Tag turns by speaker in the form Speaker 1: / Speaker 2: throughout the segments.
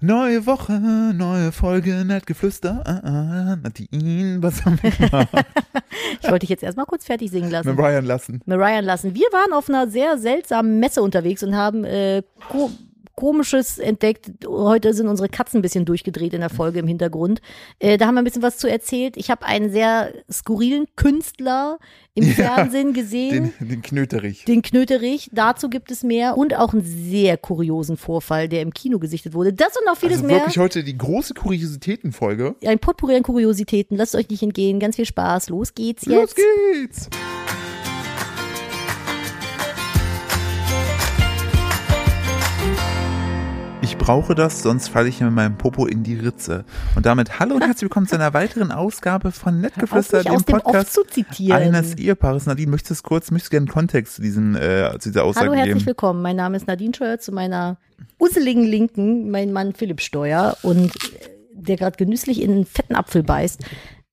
Speaker 1: Neue Woche, neue Folge, Nettgeflüster. Ah, ah, Nadine, was haben wir gemacht?
Speaker 2: Ich wollte dich jetzt erstmal kurz fertig singen lassen.
Speaker 1: Mit Brian lassen.
Speaker 2: Marian lassen. Wir waren auf einer sehr seltsamen Messe unterwegs und haben äh, ko komisches entdeckt. Heute sind unsere Katzen ein bisschen durchgedreht in der Folge im Hintergrund. Äh, da haben wir ein bisschen was zu erzählt. Ich habe einen sehr skurrilen Künstler im
Speaker 1: Ja,
Speaker 2: Fernsehen gesehen.
Speaker 1: Den, den Knöterich.
Speaker 2: Den Knöterich, dazu gibt es mehr und auch einen sehr kuriosen Vorfall, der im Kino gesichtet wurde. Das und noch vieles
Speaker 1: Also
Speaker 2: mehr.
Speaker 1: wirklich heute die große Kuriositätenfolge.
Speaker 2: Ein Potpourri an Kuriositäten, lasst euch nicht entgehen. Ganz viel Spaß. Los geht's
Speaker 1: Los
Speaker 2: jetzt.
Speaker 1: geht's! Ich brauche das, sonst falle ich mit meinem Popo in die Ritze. Und damit hallo und herzlich willkommen zu einer weiteren Ausgabe von
Speaker 2: Auf
Speaker 1: Nettgeflüster,
Speaker 2: mich aus dem Off
Speaker 1: Podcast
Speaker 2: zu zitieren.
Speaker 1: eines Ehepaares. Nadine, möchtest du kurz, möchtest du gerne Kontext zu, diesen, äh, zu dieser Aussage
Speaker 2: Hallo,
Speaker 1: geben?
Speaker 2: herzlich willkommen. Mein Name ist Nadine Scheuer zu meiner usseligen Linken, mein Mann Philipp Steuer und äh, der gerade genüsslich in einen fetten Apfel beißt.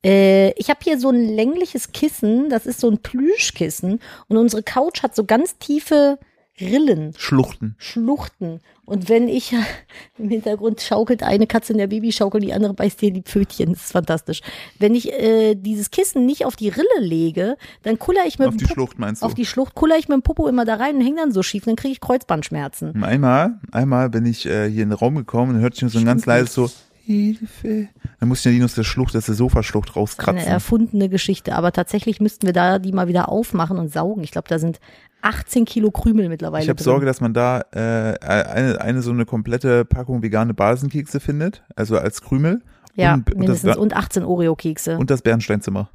Speaker 2: Äh, Ich habe hier so ein längliches Kissen, das ist so ein Plüschkissen und unsere Couch hat so ganz tiefe Rillen,
Speaker 1: Schluchten.
Speaker 2: Schluchten. Und wenn ich im Hintergrund schaukelt eine Katze in der Babyschaukel, die andere beißt dir in die Pfötchen. Das ist fantastisch. Wenn ich äh, dieses Kissen nicht auf die Rille lege, dann kuller ich mit
Speaker 1: Auf
Speaker 2: dem
Speaker 1: die
Speaker 2: Pup-
Speaker 1: Schlucht meinst du?
Speaker 2: auf die Schlucht kuller ich mit dem Popo immer da rein und hänge dann so schief, dann kriege ich Kreuzbandschmerzen.
Speaker 1: Hm, Einmal, einmal bin ich äh, hier in den Raum gekommen und hörte ich nur so ein ganz leises so Hilfe. Dann musste ich Nadine aus der Schlucht, aus der Sofaschlucht
Speaker 2: Eine
Speaker 1: rauskratzen.
Speaker 2: erfundene Geschichte, aber tatsächlich müssten wir da die mal wieder aufmachen und saugen. Ich glaube, da sind 18 Kilo Krümel mittlerweile
Speaker 1: Ich habe
Speaker 2: drin.
Speaker 1: Sorge, dass man da äh, eine, eine so eine komplette Packung vegane Basenkekse findet, also als Krümel
Speaker 2: ja,
Speaker 1: und- und das
Speaker 2: mindestens
Speaker 1: war-
Speaker 2: und 18 Oreo-Kekse.
Speaker 1: und das Bernsteinzimmer.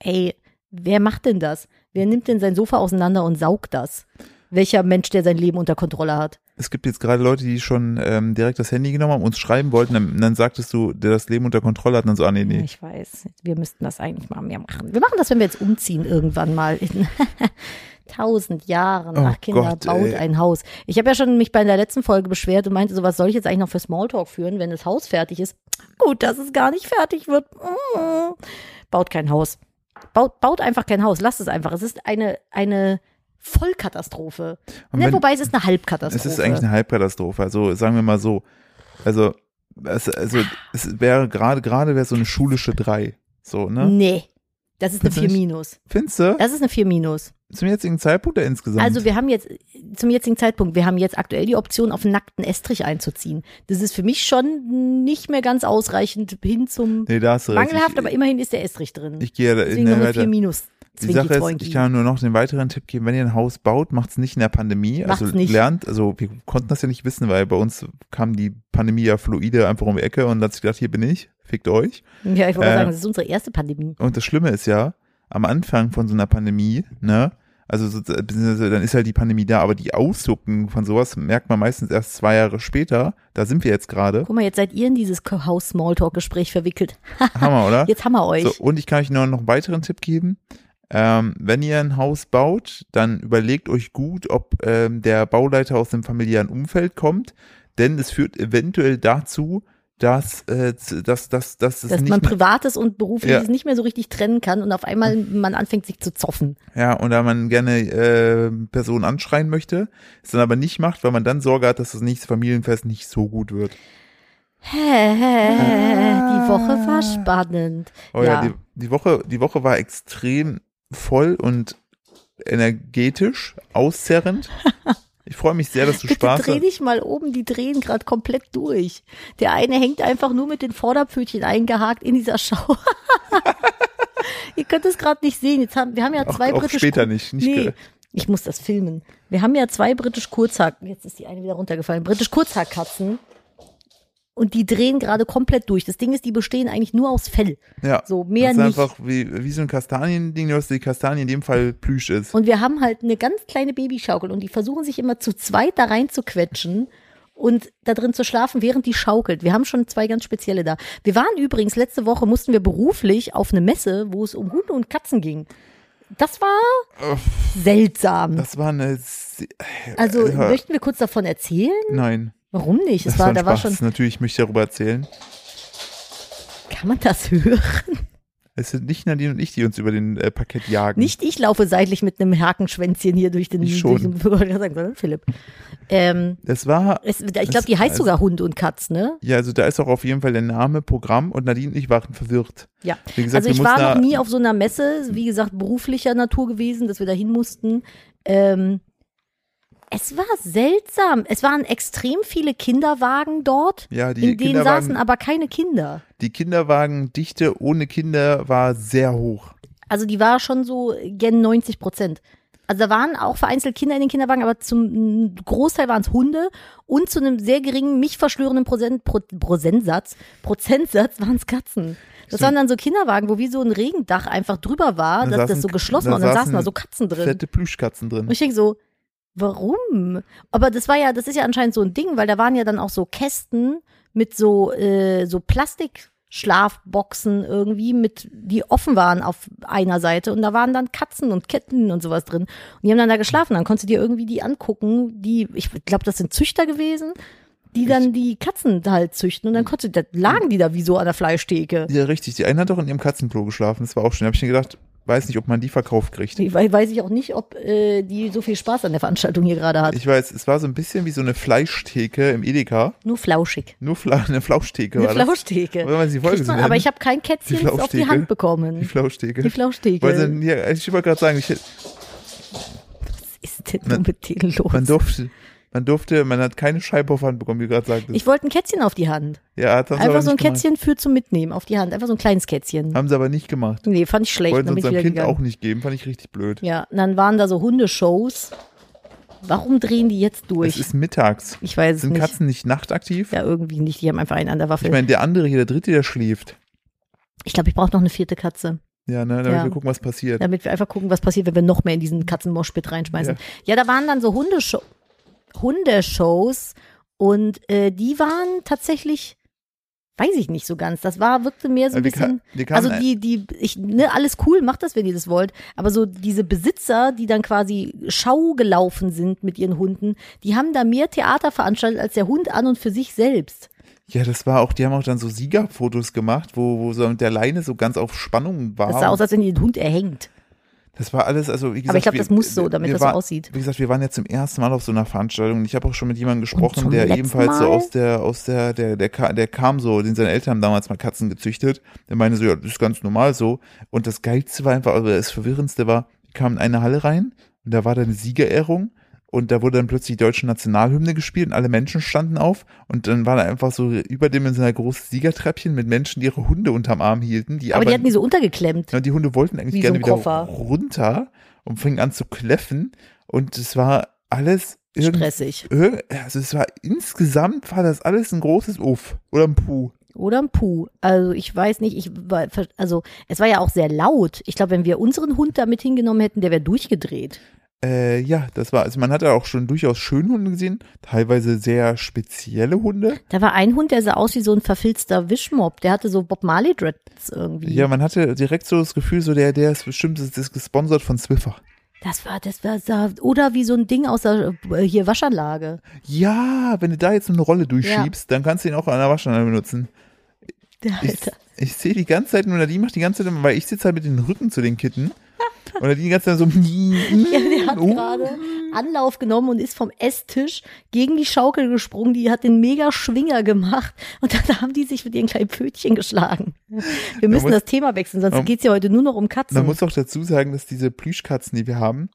Speaker 2: Ey, wer macht denn das? Wer nimmt denn sein Sofa auseinander und saugt das? Welcher Mensch, der sein Leben unter Kontrolle hat?
Speaker 1: Es gibt jetzt gerade Leute, die schon ähm, direkt das Handy genommen haben, uns schreiben wollten, dann, dann sagtest du, der das Leben unter Kontrolle hat, und dann so, ah nee,
Speaker 2: Ja,
Speaker 1: nee.
Speaker 2: ich weiß, wir müssten das eigentlich mal mehr machen. Wir machen das, wenn wir jetzt umziehen irgendwann mal in tausend Jahren.
Speaker 1: Oh
Speaker 2: Ach Kinder,
Speaker 1: Gott,
Speaker 2: baut
Speaker 1: ey.
Speaker 2: ein Haus. Ich habe ja schon mich bei der letzten Folge beschwert und meinte, so was soll ich jetzt eigentlich noch für Smalltalk führen, wenn das Haus fertig ist? Gut, dass es gar nicht fertig wird. Mm. Baut kein Haus. Baut, baut einfach kein Haus. Lasst es einfach. Es ist eine, eine Vollkatastrophe.
Speaker 1: Und
Speaker 2: Ne,
Speaker 1: wenn-
Speaker 2: wobei es ist eine
Speaker 1: Es
Speaker 2: Halbkatastrophe.
Speaker 1: ist eigentlich eine Halbkatastrophe. Also sagen wir mal so. Also es, also, es wäre gerade gerade wäre so eine schulische drei. So, ne?
Speaker 2: Nee. Das ist eine
Speaker 1: Findest du
Speaker 2: 4
Speaker 1: nicht?
Speaker 2: Minus.
Speaker 1: Findest du?
Speaker 2: Das ist eine 4 Minus.
Speaker 1: Zum jetzigen Zeitpunkt oder insgesamt?
Speaker 2: Also wir haben jetzt zum jetzigen Zeitpunkt, wir haben jetzt aktuell die Option, auf einen nackten Estrich einzuziehen. Das ist für mich schon nicht mehr ganz ausreichend hin zum
Speaker 1: nee, da hast du recht.
Speaker 2: mangelhaft,
Speaker 1: ich,
Speaker 2: aber immerhin ist der Estrich drin.
Speaker 1: ich gehe da in
Speaker 2: Deswegen nur
Speaker 1: der
Speaker 2: eine 4
Speaker 1: weiter.
Speaker 2: Minus.
Speaker 1: Die Sache ist,
Speaker 2: Zwinki-Zwonki.
Speaker 1: ich kann nur noch den weiteren Tipp geben, wenn ihr ein Haus baut, macht es nicht in der Pandemie.
Speaker 2: Macht's
Speaker 1: also
Speaker 2: nicht.
Speaker 1: lernt, also wir konnten das ja nicht wissen, weil bei uns kam die Pandemie ja fluide einfach um die Ecke und dann hat sich gedacht, hier bin ich, fickt euch.
Speaker 2: Ja, ich wollte
Speaker 1: äh,
Speaker 2: sagen, das ist unsere erste Pandemie.
Speaker 1: Und das Schlimme ist ja, am Anfang von so einer Pandemie, ne, also so, beziehungsweise dann ist halt die Pandemie da, aber die Auswirkungen von sowas merkt man meistens erst zwei Jahre später. Da sind wir jetzt gerade.
Speaker 2: Guck mal, jetzt seid ihr in dieses Haus-Smalltalk-Gespräch verwickelt.
Speaker 1: Hammer, oder?
Speaker 2: Jetzt haben wir euch.
Speaker 1: So, und ich kann euch nur noch einen weiteren Tipp geben. Ähm, wenn ihr ein Haus baut, dann überlegt euch gut, ob ähm, der Bauleiter aus dem familiären Umfeld kommt, denn es führt eventuell dazu, dass, äh, z- dass, dass, dass es
Speaker 2: dass
Speaker 1: nicht
Speaker 2: man
Speaker 1: mehr-
Speaker 2: Privates und Berufliches
Speaker 1: Ja.
Speaker 2: nicht mehr so richtig trennen kann und auf einmal man anfängt, sich zu zoffen.
Speaker 1: Ja, und da man gerne äh, Personen anschreien möchte, es dann aber nicht macht, weil man dann Sorge hat, dass das nächste Familienfest nicht so gut wird.
Speaker 2: Hä, hä, hä, die Woche war spannend.
Speaker 1: Oh ja, die, die, Woche, die Woche war extrem voll und energetisch, auszerrend. Ich freue mich sehr, dass du
Speaker 2: Bitte
Speaker 1: Spaß
Speaker 2: dreh
Speaker 1: hast.
Speaker 2: dich mal oben, die drehen gerade komplett durch. Der eine hängt einfach nur mit den Vorderpfötchen eingehakt in dieser Schau. Ihr könnt es gerade nicht sehen. Jetzt haben, wir haben ja
Speaker 1: Auch,
Speaker 2: zwei
Speaker 1: auch
Speaker 2: britisch
Speaker 1: später nicht. nicht
Speaker 2: nee,
Speaker 1: ge-
Speaker 2: ich muss das filmen. Wir haben ja zwei britisch Kurzhaken. Jetzt ist die eine wieder runtergefallen. Britisch Kurzhaarkatzen. Und die drehen gerade komplett durch. Das Ding ist, die bestehen eigentlich nur aus Fell.
Speaker 1: ja,
Speaker 2: so, mehr
Speaker 1: das ist
Speaker 2: nicht.
Speaker 1: einfach wie, wie so ein Kastaniending, nur dass die Kastanie in dem Fall plüsch ist.
Speaker 2: Und wir haben halt eine ganz kleine Babyschaukel und die versuchen sich immer zu zweit da rein zu quetschen und da drin zu schlafen, während die schaukelt. Wir haben schon zwei ganz spezielle da. Wir waren übrigens, letzte Woche mussten wir beruflich auf eine Messe, wo es um Hunde und Katzen ging. Das war seltsam.
Speaker 1: Das war eine. se-
Speaker 2: also
Speaker 1: Äh, ja,
Speaker 2: möchten wir kurz davon erzählen?
Speaker 1: Nein,
Speaker 2: Warum nicht? Es
Speaker 1: das
Speaker 2: war,
Speaker 1: war ein
Speaker 2: da war
Speaker 1: Spaß.
Speaker 2: schon,
Speaker 1: Natürlich möchte ich darüber erzählen.
Speaker 2: kann man das hören?
Speaker 1: Es sind nicht Nadine und ich, die uns über den äh, Parkett jagen.
Speaker 2: Nicht ich laufe seitlich mit einem Hakenschwänzchen hier durch den,
Speaker 1: Ich schon.
Speaker 2: Durch den sondern Philipp. Ähm,
Speaker 1: Das war,
Speaker 2: es, ich
Speaker 1: Das-
Speaker 2: glaube, die heißt sogar Hund und Katz, ne?
Speaker 1: ja, also da ist auch auf jeden Fall der Name, Programm und Nadine und ich waren verwirrt.
Speaker 2: Ja.
Speaker 1: Wie gesagt,
Speaker 2: also
Speaker 1: wir
Speaker 2: ich
Speaker 1: mussten da-
Speaker 2: war noch nie auf so einer Messe, wie gesagt, beruflicher Natur gewesen, dass wir da hin mussten. Ähm, es war seltsam. Es waren extrem viele Kinderwagen dort,
Speaker 1: Ja, die
Speaker 2: in denen
Speaker 1: Kinderwagen-
Speaker 2: saßen aber keine Kinder.
Speaker 1: Die Kinderwagendichte ohne Kinder war sehr hoch.
Speaker 2: Also die war schon so gen 90 Prozent. Also da waren auch vereinzelt Kinder in den Kinderwagen, aber zum Großteil waren es Hunde und zu einem sehr geringen, mich verschlörenden Prozent, Pro, Prozentsatz, Prozentsatz waren es Katzen. Das waren dann so Kinderwagen, wo wie so ein Regendach einfach drüber war,
Speaker 1: Da
Speaker 2: dass das
Speaker 1: saßen-
Speaker 2: so geschlossen
Speaker 1: da
Speaker 2: war und dann saßen da
Speaker 1: saßen
Speaker 2: so Katzen drin.
Speaker 1: Fette Plüschkatzen drin.
Speaker 2: Und ich denke so, warum? Aber das war ja, das ist ja anscheinend so ein Ding, weil da waren ja dann auch so Kästen mit so, äh, so Plastikschlafboxen irgendwie, mit, die offen waren auf einer Seite und da waren dann Katzen und Ketten und sowas drin. Und die haben dann da geschlafen. Dann konntest du dir irgendwie die angucken, die, ich glaube, das sind Züchter gewesen, die dann die Katzen halt züchten und dann konntest du, da lagen die da wie so an der Fleischtheke.
Speaker 1: Ja, richtig. Die eine hat doch in ihrem Katzenklo geschlafen. Das war auch schön. Da habe ich mir gedacht, weiß nicht, ob man die verkauft kriegt.
Speaker 2: Ich wei- weiß ich auch nicht, ob äh, die so viel Spaß an der Veranstaltung hier gerade hat.
Speaker 1: Ich weiß, es war so ein bisschen wie so eine Fleischtheke im Edeka.
Speaker 2: Nur flauschig.
Speaker 1: Nur Fla eine Flauschtheke
Speaker 2: Eine
Speaker 1: war das.
Speaker 2: Flauschtheke.
Speaker 1: Wenn man sie Folge
Speaker 2: Kriegt man,
Speaker 1: nennen.
Speaker 2: aber ich habe kein
Speaker 1: Die
Speaker 2: Kätzchen auf die
Speaker 1: Flauschtheke.
Speaker 2: Hand
Speaker 1: Die
Speaker 2: bekommen.
Speaker 1: Flauschtheke.
Speaker 2: Die Flauschtheke.
Speaker 1: Wollte, ja, also ich wollte gerade sagen, ich, hätte-
Speaker 2: Was ist denn nun mit denen
Speaker 1: man
Speaker 2: los?
Speaker 1: durfte, man durfte, man hat keine Scheibe auf Hand bekommen, wie du gerade sagtest.
Speaker 2: Ich wollte ein Kätzchen auf die Hand.
Speaker 1: ja, hat das aber
Speaker 2: Einfach so ein
Speaker 1: nicht
Speaker 2: Kätzchen für zum Mitnehmen auf die Hand. Einfach so ein kleines Kätzchen.
Speaker 1: Gemacht. Haben sie aber nicht gemacht.
Speaker 2: Nee, fand ich schlecht.
Speaker 1: Wollten sie
Speaker 2: Dann bin ich
Speaker 1: unserem
Speaker 2: wieder
Speaker 1: Kind
Speaker 2: gegangen.
Speaker 1: auch nicht geben, fand ich richtig blöd.
Speaker 2: Ja, und dann waren da so Hundeshows. Warum drehen die jetzt
Speaker 1: es
Speaker 2: durch?
Speaker 1: ist mittags.
Speaker 2: Ich weiß es
Speaker 1: Sind
Speaker 2: nicht.
Speaker 1: Katzen nicht nachtaktiv?
Speaker 2: Ja, irgendwie nicht. Die haben einfach einen an der Waffel.
Speaker 1: Ich
Speaker 2: Ich,
Speaker 1: meine, der andere hier, der dritte, der schläft.
Speaker 2: glaube, ich brauche noch eine vierte Katze,
Speaker 1: Ja, ne, damit
Speaker 2: Ja.
Speaker 1: wir gucken, was passiert.
Speaker 2: damit wir einfach gucken, was passiert, wenn wir noch mehr in diesen Katzenmoschpit reinschmeißen. Ja. da waren dann so Hundeshow Hundeshows und äh, die waren tatsächlich, weiß ich nicht so ganz. Das war, wirkte mehr so ein
Speaker 1: Wir ka-
Speaker 2: bisschen.
Speaker 1: wir kamen
Speaker 2: Also die, die, ich, ne, alles cool, macht das, wenn ihr das wollt. Aber so diese Besitzer, die dann quasi Schau gelaufen sind mit ihren Hunden, die haben da mehr Theater veranstaltet als der Hund an und für sich selbst.
Speaker 1: Ja, das war auch, die haben auch dann so Siegerfotos gemacht, wo, wo so mit der Leine so ganz auf Spannung war.
Speaker 2: Das sah aus, als wenn ihr den Hund erhängt.
Speaker 1: Das war alles, also wie gesagt.
Speaker 2: Aber ich glaube,
Speaker 1: wir-
Speaker 2: das muss so, damit
Speaker 1: wir
Speaker 2: das so
Speaker 1: war-
Speaker 2: aussieht.
Speaker 1: Wie gesagt, wir waren ja zum ersten Mal auf so einer Veranstaltung und ich habe auch schon mit jemandem gesprochen,
Speaker 2: zum
Speaker 1: der
Speaker 2: letzten
Speaker 1: ebenfalls so
Speaker 2: Mal?
Speaker 1: aus der, aus der, der, der, ka- der kam so, den seine Eltern haben damals mal Katzen gezüchtet. Der meinte so, ja, das ist ganz normal so. Und das Geilste war einfach, oder das Verwirrendste war, wir kamen in eine Halle rein und da war dann eine Siegerehrung. Und da wurde dann plötzlich die deutsche Nationalhymne gespielt und alle Menschen standen auf. Und dann war da einfach so überdimensional großes Siegertreppchen mit Menschen, die ihre Hunde unterm Arm hielten. Die
Speaker 2: Aber,
Speaker 1: aber,
Speaker 2: die hatten die so untergeklemmt.
Speaker 1: ja, und Genau, die Hunde wollten eigentlich
Speaker 2: Wie so
Speaker 1: gerne
Speaker 2: ein
Speaker 1: wieder
Speaker 2: Koffer.
Speaker 1: runter und fingen an zu kläffen. Und es war alles irgendwie.
Speaker 2: Stressig.
Speaker 1: Also es war insgesamt war das alles ein großes Uff oder ein Puh.
Speaker 2: Oder ein Puh. Also ich weiß nicht, ich war, also es war ja auch sehr laut. Ich glaube, wenn wir unseren Hund damit hingenommen hätten, der wäre durchgedreht.
Speaker 1: Äh, ja, das war, also man hat ja auch schon durchaus schöne Hunde gesehen, teilweise sehr spezielle Hunde.
Speaker 2: Da war ein Hund, der sah aus wie so ein verfilzter Wischmob. Der hatte so Bob Marley Dreads irgendwie.
Speaker 1: Ja, man hatte direkt so das Gefühl, so der, der ist bestimmt, das ist gesponsert von Swiffer.
Speaker 2: Das war, das war, sah, oder wie so ein Ding aus der äh, hier Waschanlage.
Speaker 1: Ja, wenn du da jetzt so eine Rolle durchschiebst, dann kannst du ihn auch an der Waschanlage benutzen.
Speaker 2: Der
Speaker 1: Ich,
Speaker 2: Alter.
Speaker 1: ich sehe die ganze Zeit nur, Nadine macht die ganze Zeit, immer, weil ich sitze halt mit dem Rücken zu den Kitten. Und Nadine die ganze Zeit so.
Speaker 2: Ja, der hat
Speaker 1: oh.
Speaker 2: gerade Anlauf genommen und ist vom Esstisch gegen die Schaukel gesprungen. Die hat den mega Schwinger gemacht und dann haben die sich mit ihren kleinen Pfötchen geschlagen. Wir müssen
Speaker 1: muss-
Speaker 2: das Thema wechseln, sonst
Speaker 1: Man-
Speaker 2: geht's ja heute nur noch um Katzen.
Speaker 1: Man muss auch dazu sagen, dass diese Plüschkatzen, die wir haben,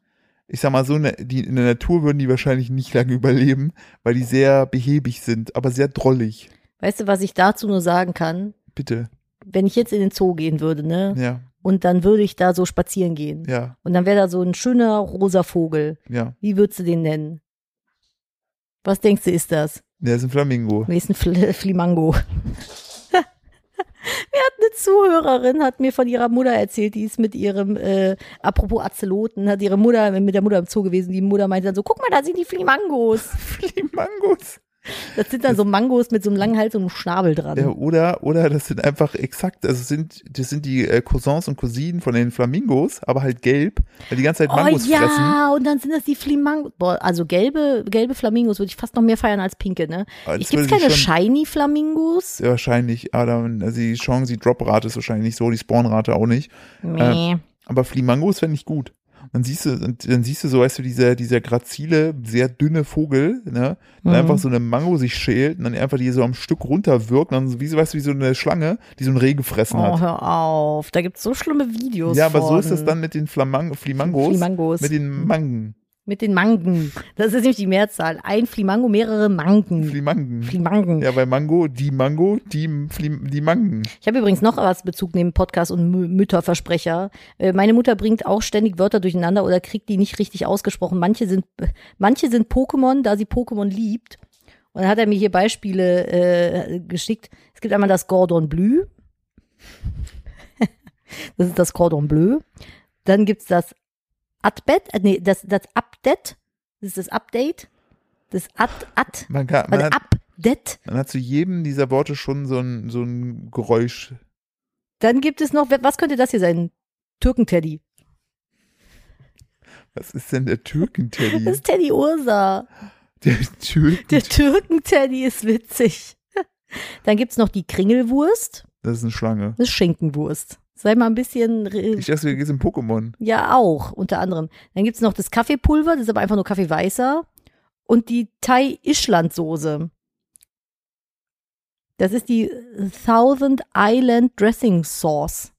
Speaker 1: ich sag mal so, ne- die in der Natur würden die wahrscheinlich nicht lange überleben, weil die sehr behäbig sind, aber sehr drollig.
Speaker 2: Weißt du, was ich dazu nur sagen kann?
Speaker 1: Bitte.
Speaker 2: Wenn ich jetzt in den Zoo gehen würde, ne?
Speaker 1: Ja,
Speaker 2: Und dann würde ich da so spazieren gehen.
Speaker 1: ja,
Speaker 2: Und dann wäre da so ein schöner rosa Vogel.
Speaker 1: ja.
Speaker 2: Wie würdest du den nennen? Was denkst du, ist das?
Speaker 1: Der ist ein Flamingo.
Speaker 2: Nee, ist ein Fl Flimango. Wir hatten eine Zuhörerin, hat mir von ihrer Mutter erzählt, die ist mit ihrem, äh, apropos Azeloten, hat ihre Mutter, mit der Mutter im Zoo gewesen, die Mutter meinte dann so, guck mal, da sind die Flimangos.
Speaker 1: Flimangos.
Speaker 2: Das sind dann so Mangos mit so einem langen Hals und einem Schnabel dran.
Speaker 1: Ja, oder, oder das sind einfach exakt, also sind, das sind die äh, Cousins und Cousinen von den Flamingos, aber halt gelb, weil die ganze Zeit Mangos
Speaker 2: oh ja,
Speaker 1: fressen.
Speaker 2: und dann sind das die Flamingos. Boah, also gelbe, gelbe Flamingos würde ich fast noch mehr feiern als pinke, ne?
Speaker 1: Ah, das
Speaker 2: Ich gibt's
Speaker 1: würde
Speaker 2: keine
Speaker 1: ich Äh,
Speaker 2: shiny Flamingos?
Speaker 1: Ja, wahrscheinlich, aber dann, also die Chance, die Droprate ist wahrscheinlich nicht so, die Spawnrate auch nicht. Ähm,
Speaker 2: Nee.
Speaker 1: Aber Flamingos fände ich gut. Dann siehst du, und dann siehst du so, weißt du, dieser, dieser grazile, sehr dünne Vogel, ne, dann
Speaker 2: Mhm.
Speaker 1: einfach so eine Mango sich schält und dann einfach die so am Stück runterwirkt und dann so, wie, so- weißt du, wie so eine Schlange, die so einen Reh gefressen
Speaker 2: Oh,
Speaker 1: hat.
Speaker 2: hör auf. Da gibt's so schlimme Videos.
Speaker 1: Ja, aber so
Speaker 2: von.
Speaker 1: ist das dann mit den Flamang Flamingos,
Speaker 2: Flamingos.
Speaker 1: mit den Mangen,
Speaker 2: Mit den Mangen. Das ist nämlich die Mehrzahl. Ein Flamingo, mehrere Mangen.
Speaker 1: Flimangen.
Speaker 2: Flamingo.
Speaker 1: Ja, bei Mango, die Mango, die, Flim die Mangen.
Speaker 2: Ich habe übrigens noch was Bezug neben Podcast und Mü- Mütterversprecher. Äh, Meine Mutter bringt auch ständig Wörter durcheinander oder kriegt die nicht richtig ausgesprochen. Manche sind, manche sind Pokémon, da sie Pokémon liebt. Und dann hat er mir hier Beispiele äh, geschickt. Es gibt einmal das Gordon Bleu. Das ist das Cordon Bleu. Dann gibt's das Adbet, äh, nee, das, das Update. Das ist das Update. Das Ad, Ad,
Speaker 1: Man, kann, man,
Speaker 2: warte,
Speaker 1: hat,
Speaker 2: Update.
Speaker 1: man hat zu jedem dieser Worte schon so ein, so ein Geräusch.
Speaker 2: Dann gibt es noch, was könnte das hier sein? Türkenteddy.
Speaker 1: Was ist denn der Türkenteddy?
Speaker 2: Das ist Teddy Ursa.
Speaker 1: Der Türken.
Speaker 2: Der Türkenteddy ist witzig. Dann gibt's noch die Kringelwurst,
Speaker 1: Das ist eine Schlange.
Speaker 2: eine Schinkenwurst. Sei mal ein bisschen,
Speaker 1: Ich dachte, wir gehst in Pokémon.
Speaker 2: ja auch, unter anderem. Dann gibt's noch das Kaffeepulver, das ist aber einfach nur Kaffee weißer. Und die Thai-Ischland-Soße. Das ist die Thousand Island Dressing Sauce.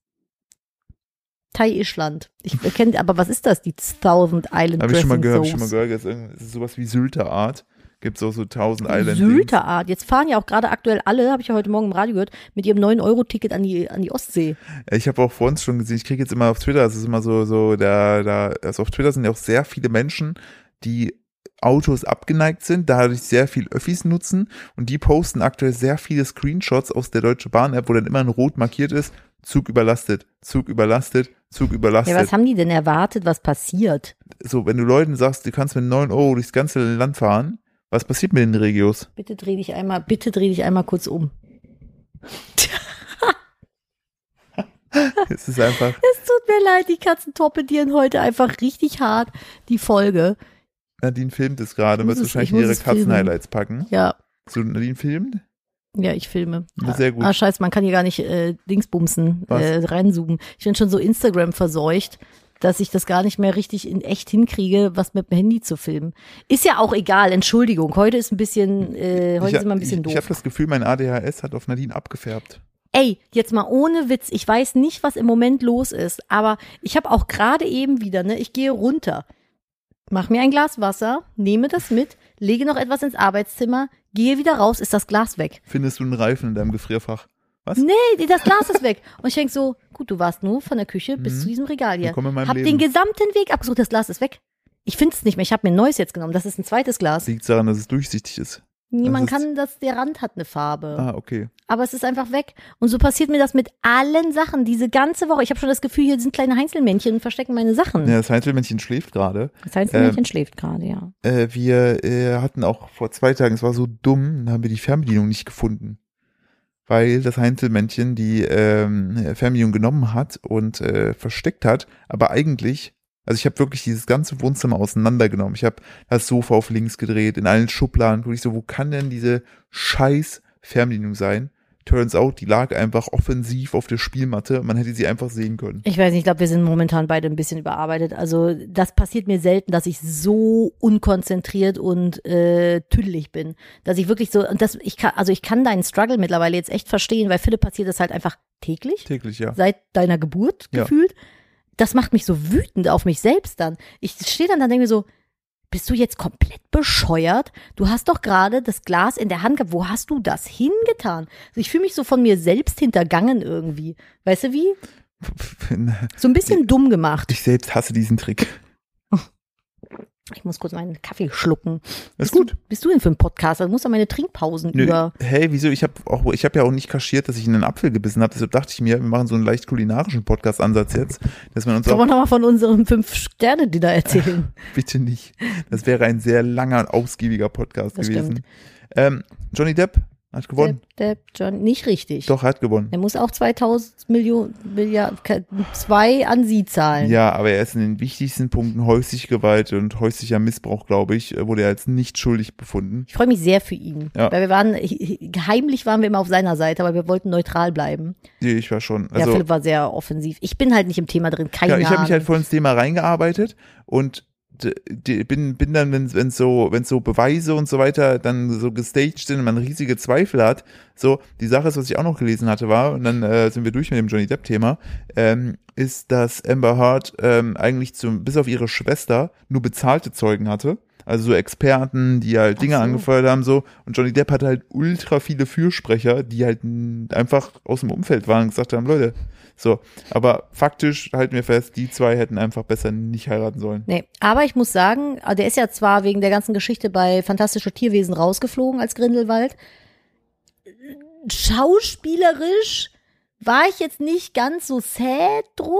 Speaker 2: Thai-Ischland. Ich kenne, aber was ist das, die Thousand Island
Speaker 1: Habe
Speaker 2: Dressing
Speaker 1: ich schon mal gehört, habe ich schon
Speaker 2: Sauce?
Speaker 1: mal gehört. Das ist irgend- das ist sowas wie Sylter-Art. Gibt es auch so 1000 Island
Speaker 2: Sylterart. Jetzt fahren ja auch gerade aktuell alle, habe ich ja heute Morgen im Radio gehört, mit ihrem 9-Euro-Ticket an die, an die Ostsee.
Speaker 1: Äh, Ich habe auch vor uns schon gesehen, ich kriege jetzt immer auf Twitter, es ist immer so, so, da, da, also auf Twitter sind ja auch sehr viele Menschen, die Autos abgeneigt sind, dadurch sehr viel Öffis nutzen und die posten aktuell sehr viele Screenshots aus der Deutsche Bahn-App, wo dann immer in Rot markiert ist, Zug überlastet, Zug überlastet, Zug
Speaker 2: Ja,
Speaker 1: überlastet.
Speaker 2: was haben die denn erwartet, was passiert?
Speaker 1: so, wenn du Leuten sagst, du kannst mit 9 Euro durchs ganze Land fahren, was passiert mit den Regios?
Speaker 2: Bitte dreh dich einmal, bitte dreh dich einmal kurz um.
Speaker 1: Es ist einfach,
Speaker 2: Es tut mir leid, die Katzen torpedieren heute einfach richtig hart die Folge.
Speaker 1: Nadine filmt es gerade,
Speaker 2: Ich muss
Speaker 1: wird
Speaker 2: es-
Speaker 1: wahrscheinlich
Speaker 2: ich muss
Speaker 1: ihre
Speaker 2: es filmen.
Speaker 1: Katzen-Highlights packen.
Speaker 2: Ja,
Speaker 1: So, Nadine filmt?
Speaker 2: ja, ich filme.
Speaker 1: Na, sehr gut.
Speaker 2: Ah, scheiße, man kann hier gar nicht äh, Dingsbumsen
Speaker 1: Was?
Speaker 2: äh, reinzoomen. Ich bin schon so Instagram verseucht, dass ich das gar nicht mehr richtig in echt hinkriege, was mit dem Handy zu filmen. Ist ja auch egal, Entschuldigung. Heute ist ein bisschen, äh, heute
Speaker 1: ich,
Speaker 2: sind wir ein bisschen
Speaker 1: ich,
Speaker 2: doof.
Speaker 1: Ich habe das Gefühl, mein ADHS hat auf Nadine abgefärbt.
Speaker 2: Ey, jetzt mal ohne Witz, ich weiß nicht, was im Moment los ist, aber ich habe auch gerade eben wieder, ne, ich gehe runter, mach mir ein Glas Wasser, nehme das mit, lege noch etwas ins Arbeitszimmer, gehe wieder raus, ist das Glas weg.
Speaker 1: Findest du einen Reifen in deinem Gefrierfach? Was?
Speaker 2: Nee, das Glas ist weg. Und ich denk so, gut, du warst nur von der Küche bis
Speaker 1: Mhm.
Speaker 2: zu diesem Regal hier.
Speaker 1: Willkommen in meinem
Speaker 2: Hab
Speaker 1: Leben.
Speaker 2: den gesamten Weg abgesucht, das Glas ist weg. Ich find's nicht mehr, ich habe mir ein neues jetzt genommen, das ist ein zweites Glas.
Speaker 1: Liegt daran, dass es durchsichtig ist.
Speaker 2: Niemand
Speaker 1: das ist-
Speaker 2: kann das, der Rand hat eine Farbe.
Speaker 1: Ah, okay.
Speaker 2: aber es ist einfach weg. Und so passiert mir das mit allen Sachen diese ganze Woche. Ich habe schon das Gefühl, hier sind kleine Heinzelmännchen und verstecken meine Sachen.
Speaker 1: Ja, das Heinzelmännchen schläft gerade.
Speaker 2: Das Heinzelmännchen schläft gerade, ja.
Speaker 1: Äh, wir äh, hatten auch vor zwei Tagen, es war so dumm, dann haben wir die Fernbedienung nicht gefunden. Weil das Heinzelmännchen die ähm, Fernbedienung genommen hat und äh, versteckt hat. Aber eigentlich, also ich habe wirklich dieses ganze Wohnzimmer auseinandergenommen. Ich habe das Sofa auf links gedreht, in allen Schubladen. Wo ich so, wo kann denn diese scheiß Fernbedienung sein? Turns out, die lag einfach offensiv auf der Spielmatte. Man hätte sie einfach sehen können.
Speaker 2: Ich weiß nicht, ich glaube, wir sind momentan beide ein bisschen überarbeitet. Also das passiert mir selten, dass ich so unkonzentriert und äh, tüdelig bin, dass ich wirklich so und das ich kann also ich kann deinen Struggle mittlerweile jetzt echt verstehen, weil Philipp passiert das halt einfach täglich.
Speaker 1: Täglich, ja.
Speaker 2: seit deiner Geburt
Speaker 1: Ja.
Speaker 2: gefühlt. Das macht mich so wütend auf mich selbst dann. Ich stehe dann da und denke mir so, bist du jetzt komplett bescheuert? Du hast doch gerade das Glas in der Hand gehabt. Wo hast du das hingetan? Also ich fühle mich so von mir selbst hintergangen irgendwie. Weißt du wie? So ein bisschen dumm gemacht.
Speaker 1: Ich selbst hasse diesen Trick.
Speaker 2: Ich muss kurz meinen Kaffee schlucken.
Speaker 1: Ist
Speaker 2: Bist
Speaker 1: gut.
Speaker 2: Du, bist du denn für einen Podcast? Also musst du meine Trinkpausen
Speaker 1: Nö,
Speaker 2: über.
Speaker 1: hey, wieso? Ich habe auch, ich habe ja auch nicht kaschiert, dass ich in einen Apfel gebissen habe. Deshalb dachte ich mir, wir machen so einen leicht kulinarischen Podcast-Ansatz jetzt, dass man uns
Speaker 2: Sollen wir
Speaker 1: auch
Speaker 2: nochmal von unserem Fünf-Sterne-Dinner erzählen?
Speaker 1: bitte nicht. Das wäre ein sehr langer und ausgiebiger Podcast
Speaker 2: Das
Speaker 1: gewesen.
Speaker 2: stimmt.
Speaker 1: Ähm, Johnny Depp hat gewonnen.
Speaker 2: Depp, Depp, John, nicht richtig.
Speaker 1: Doch, er hat gewonnen.
Speaker 2: Er muss auch 2000 Millionen, Milliard, ke- zwei an sie zahlen.
Speaker 1: Ja, aber er ist in den wichtigsten Punkten häusliche Gewalt und häuslicher Missbrauch, glaube ich, wurde er als nicht schuldig befunden.
Speaker 2: Ich freue mich sehr für ihn,
Speaker 1: Ja.
Speaker 2: weil wir waren, heimlich waren wir immer auf seiner Seite, aber wir wollten neutral bleiben.
Speaker 1: Nee, Ich war schon.
Speaker 2: ja,
Speaker 1: Also,
Speaker 2: Philipp war sehr offensiv. Ich bin halt nicht im Thema drin, keine
Speaker 1: ja, ich habe
Speaker 2: Ahnung.
Speaker 1: mich halt voll ins Thema reingearbeitet und d- d- bin, bin dann, wenn wenn so, wenn so Beweise und so weiter dann so gestaged sind und man riesige Zweifel hat, so die Sache ist, was ich auch noch gelesen hatte, war und dann äh, sind wir durch mit dem Johnny Depp Thema, ähm, ist, dass Amber Heard ähm, eigentlich zum, bis auf ihre Schwester nur bezahlte Zeugen hatte. Also so Experten, die halt Dinge
Speaker 2: so.
Speaker 1: angefeuert haben, so. Und Johnny Depp hatte halt ultra viele Fürsprecher, die halt n- einfach aus dem Umfeld waren und gesagt haben, Leute, so. Aber faktisch halten wir fest, die zwei hätten einfach besser nicht heiraten sollen.
Speaker 2: Nee, aber ich muss sagen, ah, der ist ja zwar wegen der ganzen Geschichte bei Fantastische Tierwesen rausgeflogen als Grindelwald. Schauspielerisch war ich jetzt nicht ganz so sad drum,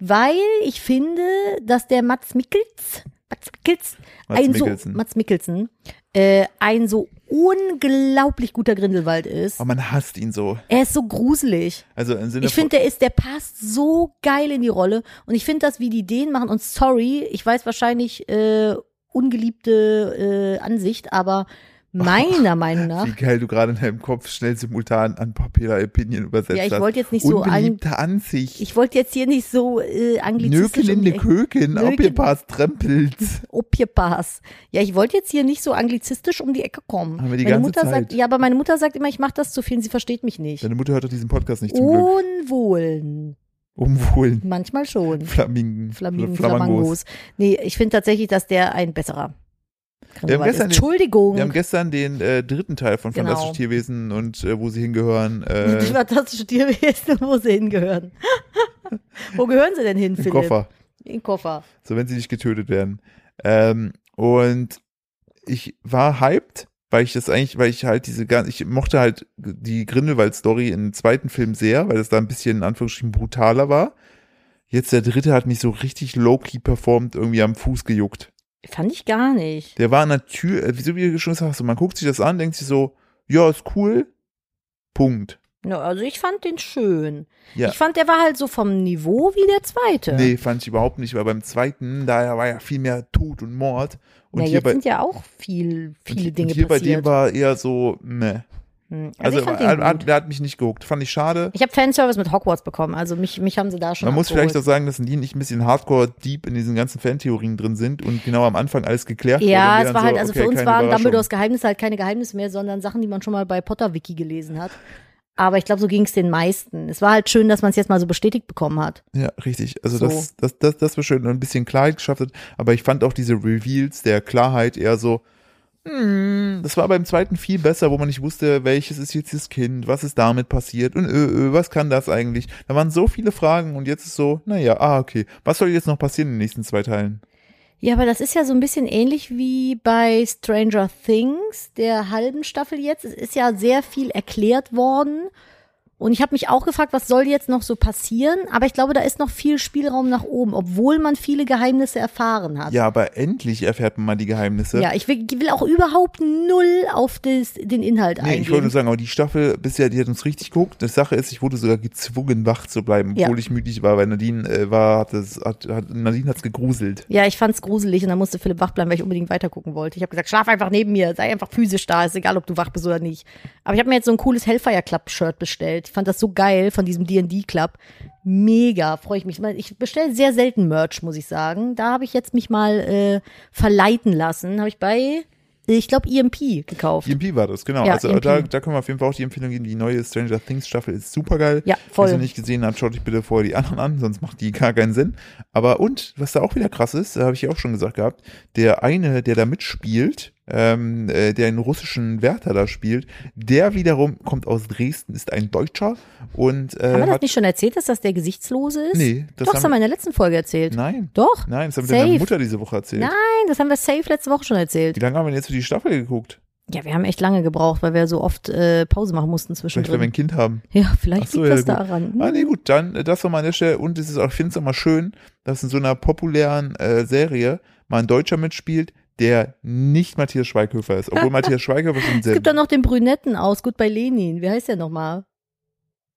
Speaker 2: weil ich finde, dass der Mats Mikkels, Mats Mikkels,
Speaker 1: Mats
Speaker 2: ein
Speaker 1: Mikkelsen.
Speaker 2: so, Mats Mikkelsen, äh, ein so unglaublich guter Grindelwald ist.
Speaker 1: Aber Oh, man hasst ihn so.
Speaker 2: Er ist so gruselig.
Speaker 1: Also im Sinne
Speaker 2: Ich finde, der ist, der passt so geil in die Rolle. Und ich finde das, wie die den machen. Und sorry, ich weiß wahrscheinlich äh, ungeliebte äh, Ansicht, aber meiner Meinung nach.
Speaker 1: von, wie geil du gerade in deinem Kopf schnell simultan an Popular Opinion übersetzt
Speaker 2: Ja, ich
Speaker 1: hast.
Speaker 2: wollte jetzt nicht so ein.
Speaker 1: Unbeliebte Ansicht.
Speaker 2: Ich wollte jetzt hier nicht so äh,
Speaker 1: Nöken
Speaker 2: anglizistisch.
Speaker 1: in
Speaker 2: um
Speaker 1: de
Speaker 2: die-
Speaker 1: Köken, ob ihr
Speaker 2: Nöken.
Speaker 1: passt, trempelt.
Speaker 2: Ob hier pass. Ja, ich wollte jetzt hier nicht so anglizistisch um die Ecke kommen.
Speaker 1: Haben wir die
Speaker 2: meine
Speaker 1: ganze
Speaker 2: Mutter
Speaker 1: Zeit.
Speaker 2: sagt, ja, aber meine Mutter sagt immer, ich mache das zu viel und sie versteht mich nicht.
Speaker 1: Deine Mutter hört doch diesen Podcast nicht zum
Speaker 2: Oh.
Speaker 1: Glück.
Speaker 2: Unwohlen.
Speaker 1: Umwohlen.
Speaker 2: Manchmal schon.
Speaker 1: Flamingen.
Speaker 2: Flaminen,
Speaker 1: Flamangos.
Speaker 2: Flamangos. Nee, ich finde tatsächlich, dass der ein besserer
Speaker 1: Wir haben
Speaker 2: Grindelwald ist.
Speaker 1: gestern den-
Speaker 2: Entschuldigung.
Speaker 1: Wir haben gestern den äh, dritten Teil von
Speaker 2: Genau.
Speaker 1: Fantastische Tierwesen und äh, wo sie hingehören.
Speaker 2: die
Speaker 1: Äh,
Speaker 2: fantastische Tierwesen, wo sie hingehören. wo gehören sie denn hin,
Speaker 1: Im
Speaker 2: Philipp?
Speaker 1: Koffer.
Speaker 2: In Koffer.
Speaker 1: So, wenn sie nicht getötet werden. Ähm, und ich war hyped, weil ich das eigentlich, weil ich halt diese ganze, ich mochte halt die Grindelwald-Story im zweiten Film sehr, weil das da ein bisschen in Anführungsstrichen brutaler war. Jetzt der dritte hat mich so richtig low-key performt, irgendwie am Fuß gejuckt.
Speaker 2: Fand ich gar nicht.
Speaker 1: Der war an der Tür, äh, wieso wie du schon gesagt hast, so, man guckt sich das an, denkt sich so, ja, ist cool. Punkt.
Speaker 2: No, also ich fand den schön.
Speaker 1: Ja.
Speaker 2: Ich fand, der war halt so vom Niveau wie der zweite.
Speaker 1: Nee, fand ich überhaupt nicht, weil beim zweiten, da war ja viel mehr Tod und Mord. Und
Speaker 2: Na,
Speaker 1: hier
Speaker 2: jetzt
Speaker 1: bei,
Speaker 2: sind ja auch viel, viele
Speaker 1: und,
Speaker 2: Dinge
Speaker 1: und hier bei
Speaker 2: passiert.
Speaker 1: dem war eher so, ne.
Speaker 2: Hm. also,
Speaker 1: Also,
Speaker 2: ich fand
Speaker 1: hat,
Speaker 2: den
Speaker 1: hat,
Speaker 2: gut.
Speaker 1: der hat mich nicht gehuckt. Fand ich schade.
Speaker 2: Ich habe Fanservice mit Hogwarts bekommen, also mich, mich haben sie da schon
Speaker 1: Man muss
Speaker 2: abgeholt.
Speaker 1: vielleicht auch sagen, dass die nicht ein bisschen hardcore deep in diesen ganzen Fantheorien drin sind und genau am Anfang alles geklärt wurde. und
Speaker 2: Ja,
Speaker 1: wir
Speaker 2: es
Speaker 1: dann
Speaker 2: war halt,
Speaker 1: so,
Speaker 2: also
Speaker 1: okay,
Speaker 2: für uns
Speaker 1: keine
Speaker 2: waren
Speaker 1: Überraschung.
Speaker 2: Dumbledores Geheimnisse halt keine Geheimnisse mehr, sondern Sachen, die man schon mal bei Potter-Wiki gelesen hat. Aber ich glaube, so ging es den meisten. Es war halt schön, dass man es jetzt mal so bestätigt bekommen hat.
Speaker 1: Ja, richtig. Also
Speaker 2: So.
Speaker 1: das, das, das, das war schön und ein bisschen Klarheit geschafft hat. Aber ich fand auch diese Reveals der Klarheit eher so, hm, das war beim zweiten viel besser, wo man nicht wusste, welches ist jetzt das Kind, was ist damit passiert und ö, ö, was kann das eigentlich? Da waren so viele Fragen und jetzt ist so, naja, ah, okay. Was soll jetzt noch passieren in den nächsten zwei Teilen?
Speaker 2: Ja, aber das ist ja so ein bisschen ähnlich wie bei Stranger Things, der halben Staffel jetzt. Es ist ja sehr viel erklärt worden. Und ich habe mich auch gefragt, was soll jetzt noch so passieren? Aber ich glaube, da ist noch viel Spielraum nach oben, obwohl man viele Geheimnisse erfahren hat.
Speaker 1: Ja, aber endlich erfährt man mal die Geheimnisse.
Speaker 2: Ja, ich will, will auch überhaupt null auf das, den Inhalt
Speaker 1: Nee,
Speaker 2: eingehen.
Speaker 1: ich wollte nur sagen, aber die Staffel bisher, die hat uns richtig geguckt. Die Sache ist, ich wurde sogar gezwungen, wach zu bleiben,
Speaker 2: Ja.
Speaker 1: obwohl ich müde war, weil Nadine äh, war, hat es, hat, hat, Nadine hat's gegruselt.
Speaker 2: Ja, ich fand's gruselig und dann musste Philipp wach bleiben, weil ich unbedingt weitergucken wollte. Ich habe gesagt, schlaf einfach neben mir, sei einfach physisch da, ist egal, ob du wach bist oder nicht. Aber ich habe mir jetzt so ein cooles Hellfire Club Shirt bestellt. Ich fand das so geil von diesem D&D Club. Mega, freue ich mich. Ich meine, Ich bestelle sehr selten Merch, muss ich sagen. Da habe ich jetzt mich mal äh, verleiten lassen, habe ich bei ich glaube EMP gekauft.
Speaker 1: EMP war das, genau.
Speaker 2: Ja, E
Speaker 1: also
Speaker 2: EMP.
Speaker 1: da, da können wir auf jeden Fall auch die Empfehlung geben. Die neue Stranger Things Staffel ist super geil.
Speaker 2: Ja, voll.
Speaker 1: Wenn ihr sie nicht gesehen habt, schaut euch bitte vorher die anderen an, sonst macht die gar keinen Sinn. Aber und, was da auch wieder krass ist, habe ich ja auch schon gesagt gehabt, der eine, der da mitspielt, ähm, äh, der einen russischen Wärter da spielt, der wiederum kommt aus Dresden, ist ein Deutscher und äh,
Speaker 2: Haben wir das
Speaker 1: hat,
Speaker 2: nicht schon erzählt, dass das der Gesichtslose ist?
Speaker 1: Nee, das haben
Speaker 2: Doch, das haben
Speaker 1: wir-
Speaker 2: wir in der letzten Folge erzählt.
Speaker 1: nein,
Speaker 2: Doch.
Speaker 1: Nein, das haben wir
Speaker 2: Safe.
Speaker 1: deiner Mutter diese Woche erzählt.
Speaker 2: Nein, das haben wir safe letzte Woche schon erzählt.
Speaker 1: Wie lange haben wir denn jetzt für die Staffel geguckt?
Speaker 2: Ja, wir haben echt lange gebraucht, weil wir so oft äh, Pause machen mussten
Speaker 1: Vielleicht, wenn wir
Speaker 2: zwischendrin.
Speaker 1: ein Kind haben.
Speaker 2: Ja, vielleicht
Speaker 1: Ach so,
Speaker 2: liegt
Speaker 1: ja,
Speaker 2: das
Speaker 1: gut.
Speaker 2: daran.
Speaker 1: Ah, nee, gut, dann äh, das war mal an der Stelle. Und es ist auch, ich finde es immer schön, dass in so einer populären äh, Serie mal ein Deutscher mitspielt, der nicht Matthias Schweighöfer ist. Obwohl Matthias Schweighöfer schon
Speaker 2: Es
Speaker 1: sehr.
Speaker 2: gibt doch noch den Brünetten aus, gut bei Lenin. Wie heißt der nochmal?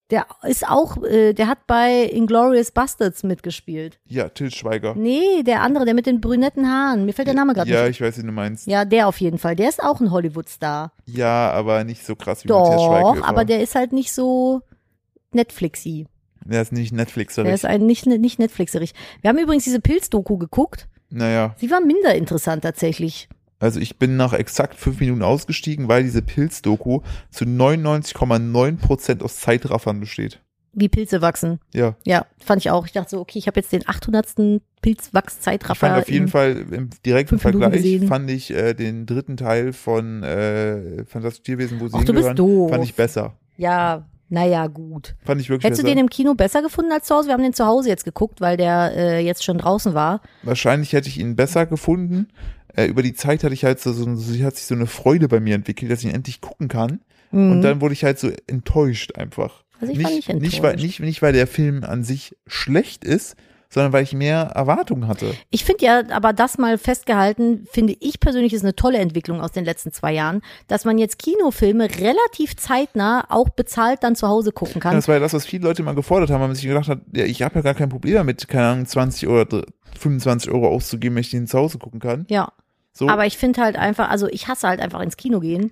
Speaker 2: Der ist auch, äh, der hat bei Inglorious Bastards mitgespielt.
Speaker 1: Ja, Till Schweiger.
Speaker 2: Nee, der andere, der mit den brünetten Haaren. Mir fällt der Name gerade
Speaker 1: Ja,
Speaker 2: nicht.
Speaker 1: ich weiß, wen du meinst.
Speaker 2: Ja, der auf jeden Fall. Der ist auch ein Hollywood-Star.
Speaker 1: Ja, aber nicht so krass wie Matthias
Speaker 2: Doch,
Speaker 1: Schweighöfer.
Speaker 2: aber der ist halt nicht so Netflixy.
Speaker 1: Der ist nicht
Speaker 2: Der
Speaker 1: Netflixerig.
Speaker 2: ist ein nicht, nicht Netflixerich. Wir haben übrigens diese Pilzdoku geguckt.
Speaker 1: Naja.
Speaker 2: Sie war minder interessant tatsächlich.
Speaker 1: Also ich bin nach exakt fünf Minuten ausgestiegen, weil diese Pilzdoku zu 99,9% aus Zeitraffern besteht.
Speaker 2: Wie Pilze wachsen.
Speaker 1: Ja,
Speaker 2: Ja, fand ich auch. Ich dachte so, okay, ich habe jetzt den 800. Pilzwachszeitraffer.
Speaker 1: ich fand auf jeden
Speaker 2: in-
Speaker 1: Fall im direkten
Speaker 2: fünf Minuten
Speaker 1: Vergleich
Speaker 2: gesehen.
Speaker 1: fand ich äh, den dritten Teil von äh, Fantastische Tierwesen, wo sie
Speaker 2: Ach, du bist
Speaker 1: hingehören,
Speaker 2: doof.
Speaker 1: fand ich besser.
Speaker 2: Ja, naja, gut.
Speaker 1: Fand ich wirklich
Speaker 2: Hättest du
Speaker 1: besser.
Speaker 2: den im Kino besser gefunden als zu Hause? Wir haben den zu Hause jetzt geguckt, weil der äh, jetzt schon draußen war.
Speaker 1: Wahrscheinlich hätte ich ihn besser gefunden. Äh, über die Zeit hatte ich halt so, so, so hat sich so eine Freude bei mir entwickelt, dass ich ihn endlich gucken kann. Und dann wurde ich halt so enttäuscht einfach.
Speaker 2: Mhm. Also ich
Speaker 1: nicht,
Speaker 2: war nicht
Speaker 1: Nicht weil,
Speaker 2: enttäuscht.
Speaker 1: nicht, nicht, weil der Film an sich schlecht ist, sondern weil ich mehr Erwartungen hatte.
Speaker 2: Ich finde ja, aber das mal festgehalten, finde ich persönlich ist eine tolle Entwicklung aus den letzten zwei Jahren, dass man jetzt Kinofilme relativ zeitnah auch bezahlt dann zu Hause gucken kann.
Speaker 1: Das war ja das, was viele Leute mal gefordert haben, weil man sich gedacht hat, ja, ich habe ja gar kein Problem damit, keine Ahnung, 20 oder dr- 25 Euro auszugeben, wenn ich den zu Hause gucken kann.
Speaker 2: ja.
Speaker 1: So,
Speaker 2: Aber ich finde halt einfach, also ich hasse halt einfach ins Kino gehen.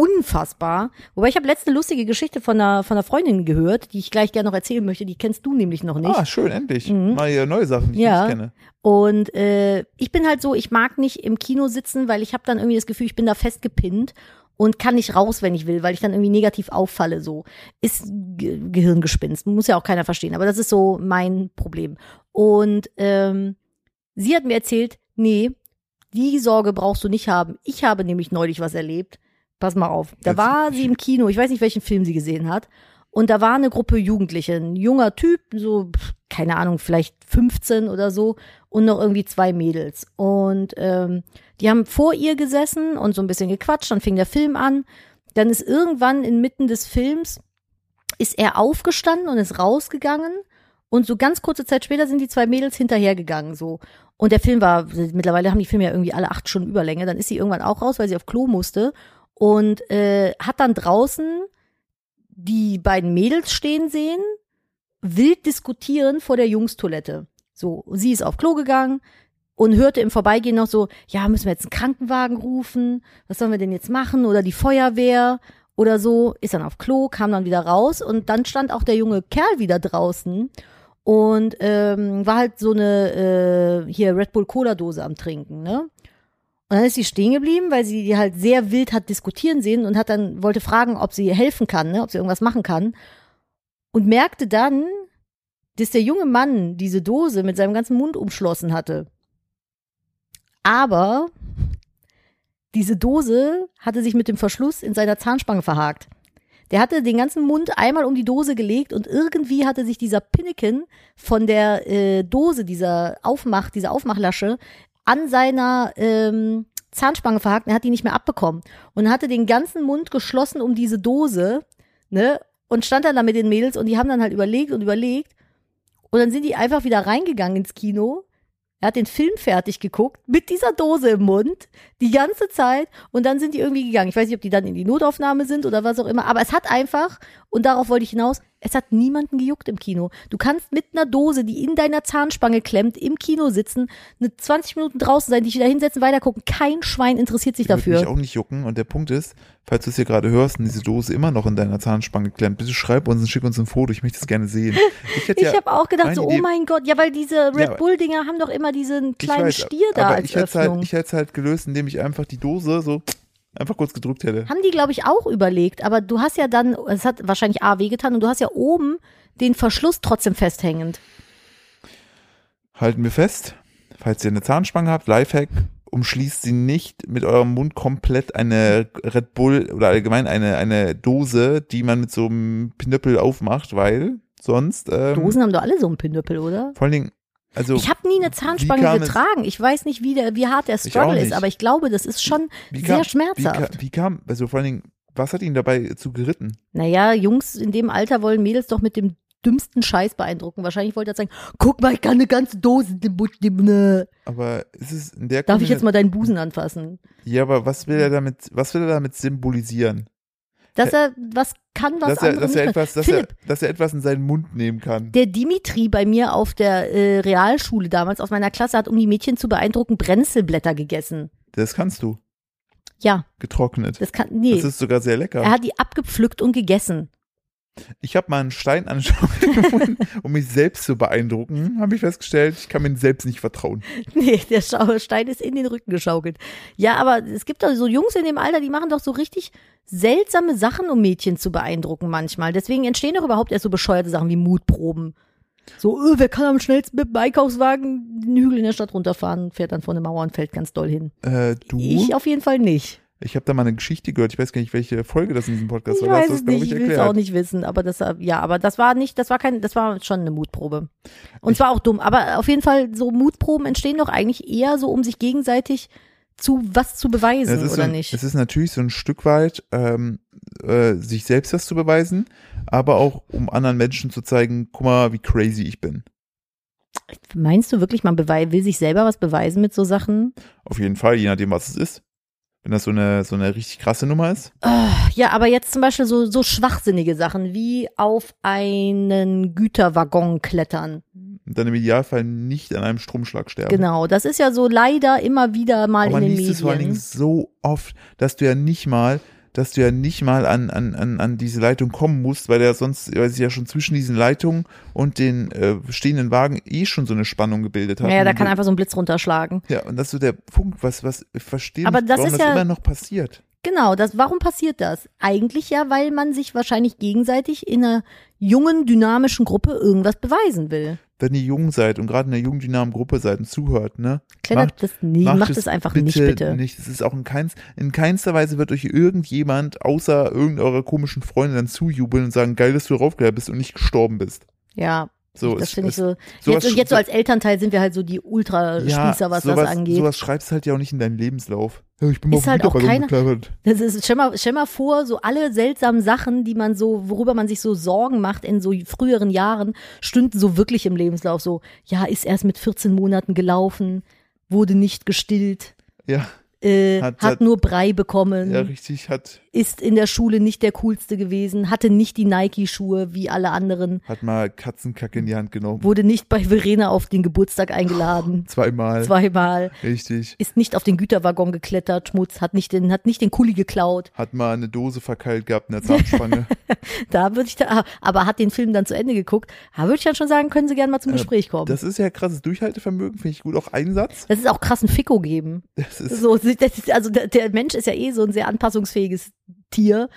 Speaker 2: Unfassbar. Wobei ich habe letzte lustige Geschichte von einer, von einer Freundin gehört, die ich gleich gerne noch erzählen möchte. Die kennst du nämlich noch nicht.
Speaker 1: ah, schön, endlich.
Speaker 2: Mhm.
Speaker 1: Mal hier neue Sachen, die ich
Speaker 2: Ja.
Speaker 1: nicht kenne.
Speaker 2: Und äh, ich bin halt so, ich mag nicht im Kino sitzen, weil ich habe dann irgendwie das Gefühl, ich bin da festgepinnt und kann nicht raus, wenn ich will, weil ich dann irgendwie negativ auffalle. So ist Ge Gehirngespinst, muss ja auch keiner verstehen, aber das ist so mein Problem. Und ähm, sie hat mir erzählt, nee, die Sorge brauchst du nicht haben. Ich habe nämlich neulich was erlebt. Pass mal auf. Da
Speaker 1: Jetzt-
Speaker 2: war sie im Kino, ich weiß nicht, welchen Film sie gesehen hat. Und da war eine Gruppe Jugendliche, ein junger Typ, so, pf, keine Ahnung, vielleicht 15 oder so, und noch irgendwie zwei Mädels. Und ähm, die haben vor ihr gesessen und so ein bisschen gequatscht, dann fing der Film an. Dann ist irgendwann inmitten des Films, ist er aufgestanden und ist rausgegangen. Und so ganz kurze Zeit später sind die zwei Mädels hinterhergegangen, so. Und der Film war, mittlerweile haben die Filme ja irgendwie alle acht Stunden Überlänge. Dann ist sie irgendwann auch raus, weil sie auf Klo musste. Und äh, hat dann draußen die beiden Mädels stehen sehen, wild diskutieren vor der Jungstoilette. So, sie ist auf Klo gegangen und hörte im Vorbeigehen noch so, ja, müssen wir jetzt einen Krankenwagen rufen? Was sollen wir denn jetzt machen? Oder die Feuerwehr oder so. Ist dann auf Klo, kam dann wieder raus und dann stand auch der junge Kerl wieder draußen und ähm, war halt so eine äh, hier Red Bull Cola Dose am Trinken, ne? Und dann ist sie stehen geblieben, weil sie die halt sehr wild hat diskutieren sehen und hat dann wollte fragen, ob sie helfen kann, ne, ob sie irgendwas machen kann und merkte dann, dass der junge Mann diese Dose mit seinem ganzen Mund umschlossen hatte. Aber diese Dose hatte sich mit dem Verschluss in seiner Zahnspange verhakt. Der hatte den ganzen Mund einmal um die Dose gelegt und irgendwie hatte sich dieser Pinneken von der äh, Dose, dieser Aufmach, dieser Aufmachlasche an seiner ähm, Zahnspange verhakt und er hat die nicht mehr abbekommen. Und hatte den ganzen Mund geschlossen um diese Dose, ne? Und stand dann da mit den Mädels und die haben dann halt überlegt und überlegt. Und dann sind die einfach wieder reingegangen ins Kino. Er hat den Film fertig geguckt, mit dieser Dose im Mund, die ganze Zeit. Und dann sind die irgendwie gegangen. Ich weiß nicht, ob die dann in die Notaufnahme sind oder was auch immer. Aber es hat einfach, und darauf wollte ich hinaus, es hat niemanden gejuckt im Kino. Du kannst mit einer Dose, die in deiner Zahnspange klemmt, im Kino sitzen, eine 20 Minuten draußen sein, dich wieder hinsetzen, weitergucken. Kein Schwein interessiert sich
Speaker 1: Würde mich
Speaker 2: dafür.
Speaker 1: auch nicht jucken. Und der Punkt ist, falls du es hier gerade hörst und diese Dose immer noch in deiner Zahnspange klemmt, bitte schreib uns und schick uns ein Foto. Ich möchte es gerne sehen. Ich hätte
Speaker 2: Ich
Speaker 1: ja,
Speaker 2: habe auch gedacht,
Speaker 1: meine
Speaker 2: so, oh
Speaker 1: Idee-
Speaker 2: mein Gott, ja, weil diese Red
Speaker 1: aber-
Speaker 2: Bull-Dinger haben doch immer diesen
Speaker 1: ich
Speaker 2: kleinen
Speaker 1: weiß,
Speaker 2: Stier da
Speaker 1: aber
Speaker 2: als
Speaker 1: ich hätte es halt,
Speaker 2: Öffnung.
Speaker 1: ich hätte es halt gelöst, indem ich einfach die Dose so einfach kurz gedrückt hätte.
Speaker 2: haben die, glaube ich, auch überlegt, aber du hast ja dann, es hat wahrscheinlich A wehgetan und du hast ja oben den Verschluss trotzdem festhängend.
Speaker 1: Halten wir fest, falls ihr eine Zahnspange habt, Lifehack, umschließt sie nicht mit eurem Mund komplett eine Red Bull oder allgemein eine, eine Dose, die man mit so einem Pinöppel aufmacht, weil sonst ähm,
Speaker 2: Dosen haben doch alle so einen Pinöppel, oder?
Speaker 1: vor allen Dingen, also
Speaker 2: Ich habe nie eine
Speaker 1: kam
Speaker 2: Zahnspange
Speaker 1: es-
Speaker 2: getragen. Ich weiß nicht, wie, der, wie hart der
Speaker 1: auch
Speaker 2: Struggle ist,
Speaker 1: nicht.
Speaker 2: aber ich glaube, das ist schon
Speaker 1: wie
Speaker 2: sehr
Speaker 1: kam, wie,
Speaker 2: schmerzhaft.
Speaker 1: kam, wie kam, also vor allen Dingen, was hat ihn dabei zu geritten?
Speaker 2: Naja, Jungs in dem Alter wollen Mädels doch mit dem dümmsten Scheiß beeindrucken. Wahrscheinlich wollte er sagen, guck mal, ich kann eine ganze Dose.
Speaker 1: Aber ist es in der
Speaker 2: ne. Darf ich
Speaker 1: Kombina-
Speaker 2: jetzt mal deinen Busen anfassen?
Speaker 1: Ja, aber was will er damit, was will er damit symbolisieren?
Speaker 2: Dass er was kann, was
Speaker 1: Äh, dass er,
Speaker 2: andere
Speaker 1: dass
Speaker 2: nicht
Speaker 1: er
Speaker 2: können.
Speaker 1: etwas, dass er,
Speaker 2: Philipp,
Speaker 1: dass er etwas in seinen Mund nehmen kann.
Speaker 2: der Dimitri bei mir auf der äh, Realschule damals aus meiner Klasse hat, um die Mädchen zu beeindrucken, Brenzelblätter gegessen.
Speaker 1: Das kannst du.
Speaker 2: Ja,
Speaker 1: Getrocknet.
Speaker 2: das kann,
Speaker 1: Das
Speaker 2: nee, Äh,
Speaker 1: ist sogar sehr lecker.
Speaker 2: er hat die abgepflückt und gegessen.
Speaker 1: Ich habe mal einen Stein angeschaut, um, um mich selbst zu beeindrucken. Habe ich festgestellt, ich kann mir selbst nicht vertrauen.
Speaker 2: Nee, der Schau- Stein ist in den Rücken geschaukelt. Ja, aber es gibt doch so Jungs in dem Alter, die machen doch so richtig seltsame Sachen, um Mädchen zu beeindrucken manchmal. Deswegen entstehen doch überhaupt erst so bescheuerte Sachen wie Mutproben. So, öh, wer kann am schnellsten mit dem Einkaufswagen den Hügel in der Stadt runterfahren, fährt dann vor eine Mauer und fällt ganz doll hin.
Speaker 1: Äh, du?
Speaker 2: Ich
Speaker 1: Ich,
Speaker 2: auf jeden Fall nicht.
Speaker 1: habe da mal eine Geschichte gehört. Ich weiß gar nicht, welche Folge das in diesem Podcast
Speaker 2: ich
Speaker 1: war. Da hast
Speaker 2: weiß
Speaker 1: du
Speaker 2: es
Speaker 1: glaub
Speaker 2: nicht, ich will es auch nicht wissen, aber das war- ja, aber das war nicht, das war kein, das war schon eine Mutprobe. Und zwar auch dumm, aber auf jeden Fall so Mutproben entstehen doch eigentlich eher so, um sich gegenseitig zu was zu beweisen
Speaker 1: Es ist, so
Speaker 2: oder
Speaker 1: ein,
Speaker 2: nicht.
Speaker 1: es ist natürlich so ein Stück weit, ähm, äh, sich selbst das zu beweisen, aber auch um anderen Menschen zu zeigen, guck mal, wie crazy ich bin.
Speaker 2: Meinst du wirklich, man bewei- will sich selber was beweisen mit so Sachen?
Speaker 1: Auf jeden Fall, je nachdem, was es ist. Wenn das so eine, so eine richtig krasse Nummer ist.
Speaker 2: Ja, aber jetzt zum Beispiel so, so schwachsinnige Sachen wie auf einen Güterwaggon klettern.
Speaker 1: dann im Idealfall nicht an einem Stromschlag sterben.
Speaker 2: Genau, das ist ja so leider immer wieder mal
Speaker 1: Aber man
Speaker 2: in den
Speaker 1: liest es vor allen Dingen
Speaker 2: Medien.
Speaker 1: so oft, dass du ja nicht mal, dass du ja nicht mal an, an, an, an diese Leitung kommen musst, weil ja sonst, weil sich ja schon zwischen diesen Leitungen und den äh, stehenden Wagen eh schon so eine Spannung gebildet hat.
Speaker 2: Naja, da
Speaker 1: Und
Speaker 2: kann
Speaker 1: du-
Speaker 2: einfach so ein Blitz runterschlagen.
Speaker 1: ja, und das ist so der Punkt, was, was, ich verstehe
Speaker 2: Aber
Speaker 1: nicht,
Speaker 2: das
Speaker 1: warum
Speaker 2: ist
Speaker 1: das
Speaker 2: ja-
Speaker 1: immer noch passiert.
Speaker 2: Genau, das, warum passiert das? Eigentlich ja, weil man sich wahrscheinlich gegenseitig in einer jungen, dynamischen Gruppe irgendwas beweisen will.
Speaker 1: Wenn ihr jung seid und gerade in der jungen dynamischen Gruppe seid und zuhört, ne?
Speaker 2: Klettert
Speaker 1: Macht-
Speaker 2: das nie, macht, es einfach nicht, bitte.
Speaker 1: Nicht. Es ist auch in, keins, in keinster Weise wird euch irgendjemand außer irgendeiner komischen Freunde dann zujubeln und sagen, geil, dass du raufgeklettert bist und nicht gestorben bist.
Speaker 2: Ja,
Speaker 1: So,
Speaker 2: das
Speaker 1: es-
Speaker 2: finde ich
Speaker 1: es-
Speaker 2: so.
Speaker 1: sowas
Speaker 2: Jetzt, und jetzt so
Speaker 1: sch-
Speaker 2: als Elternteil sind wir halt so die Ultraspießer,
Speaker 1: sowas,
Speaker 2: was das angeht.
Speaker 1: Sowas schreibst du halt ja auch nicht in deinen Lebenslauf. Ja, Ich bin
Speaker 2: Ist halt auch keiner-
Speaker 1: geklettert.
Speaker 2: Das ist, stell mal, stell mal vor, so alle seltsamen Sachen, die man so, worüber man sich so Sorgen macht in so früheren Jahren, stünden so wirklich im Lebenslauf. So, ja, ist erst mit 14 Monaten gelaufen, wurde nicht gestillt,
Speaker 1: Ja,
Speaker 2: äh,
Speaker 1: Hat-
Speaker 2: hat,
Speaker 1: hat-
Speaker 2: nur Brei bekommen.
Speaker 1: ja, richtig, hat,
Speaker 2: ist in der Schule nicht der coolste gewesen, hatte nicht die Nike-Schuhe wie alle anderen,
Speaker 1: hat mal Katzenkacke in die Hand genommen.
Speaker 2: wurde nicht bei Verena auf den Geburtstag eingeladen,
Speaker 1: Zweimal.
Speaker 2: zweimal,
Speaker 1: Richtig.
Speaker 2: ist nicht auf den Güterwaggon geklettert, Schmutz, hat nicht den, hat nicht den Kuli geklaut.
Speaker 1: Hat mal eine Dose verkeilt gehabt in der Zahnspange.
Speaker 2: Da würde ich da, aber hat den Film dann zu Ende geguckt, da würde ich dann schon sagen, können Sie gerne mal zum
Speaker 1: Äh,
Speaker 2: Gespräch kommen. Das,
Speaker 1: das ist ja krasses Durchhaltevermögen, finde ich gut. Auch Einsatz.
Speaker 2: ist auch krassen Ficko geben.
Speaker 1: Das ist,
Speaker 2: So, das ist, also der, der Mensch ist ja eh so ein sehr anpassungsfähiges Tier.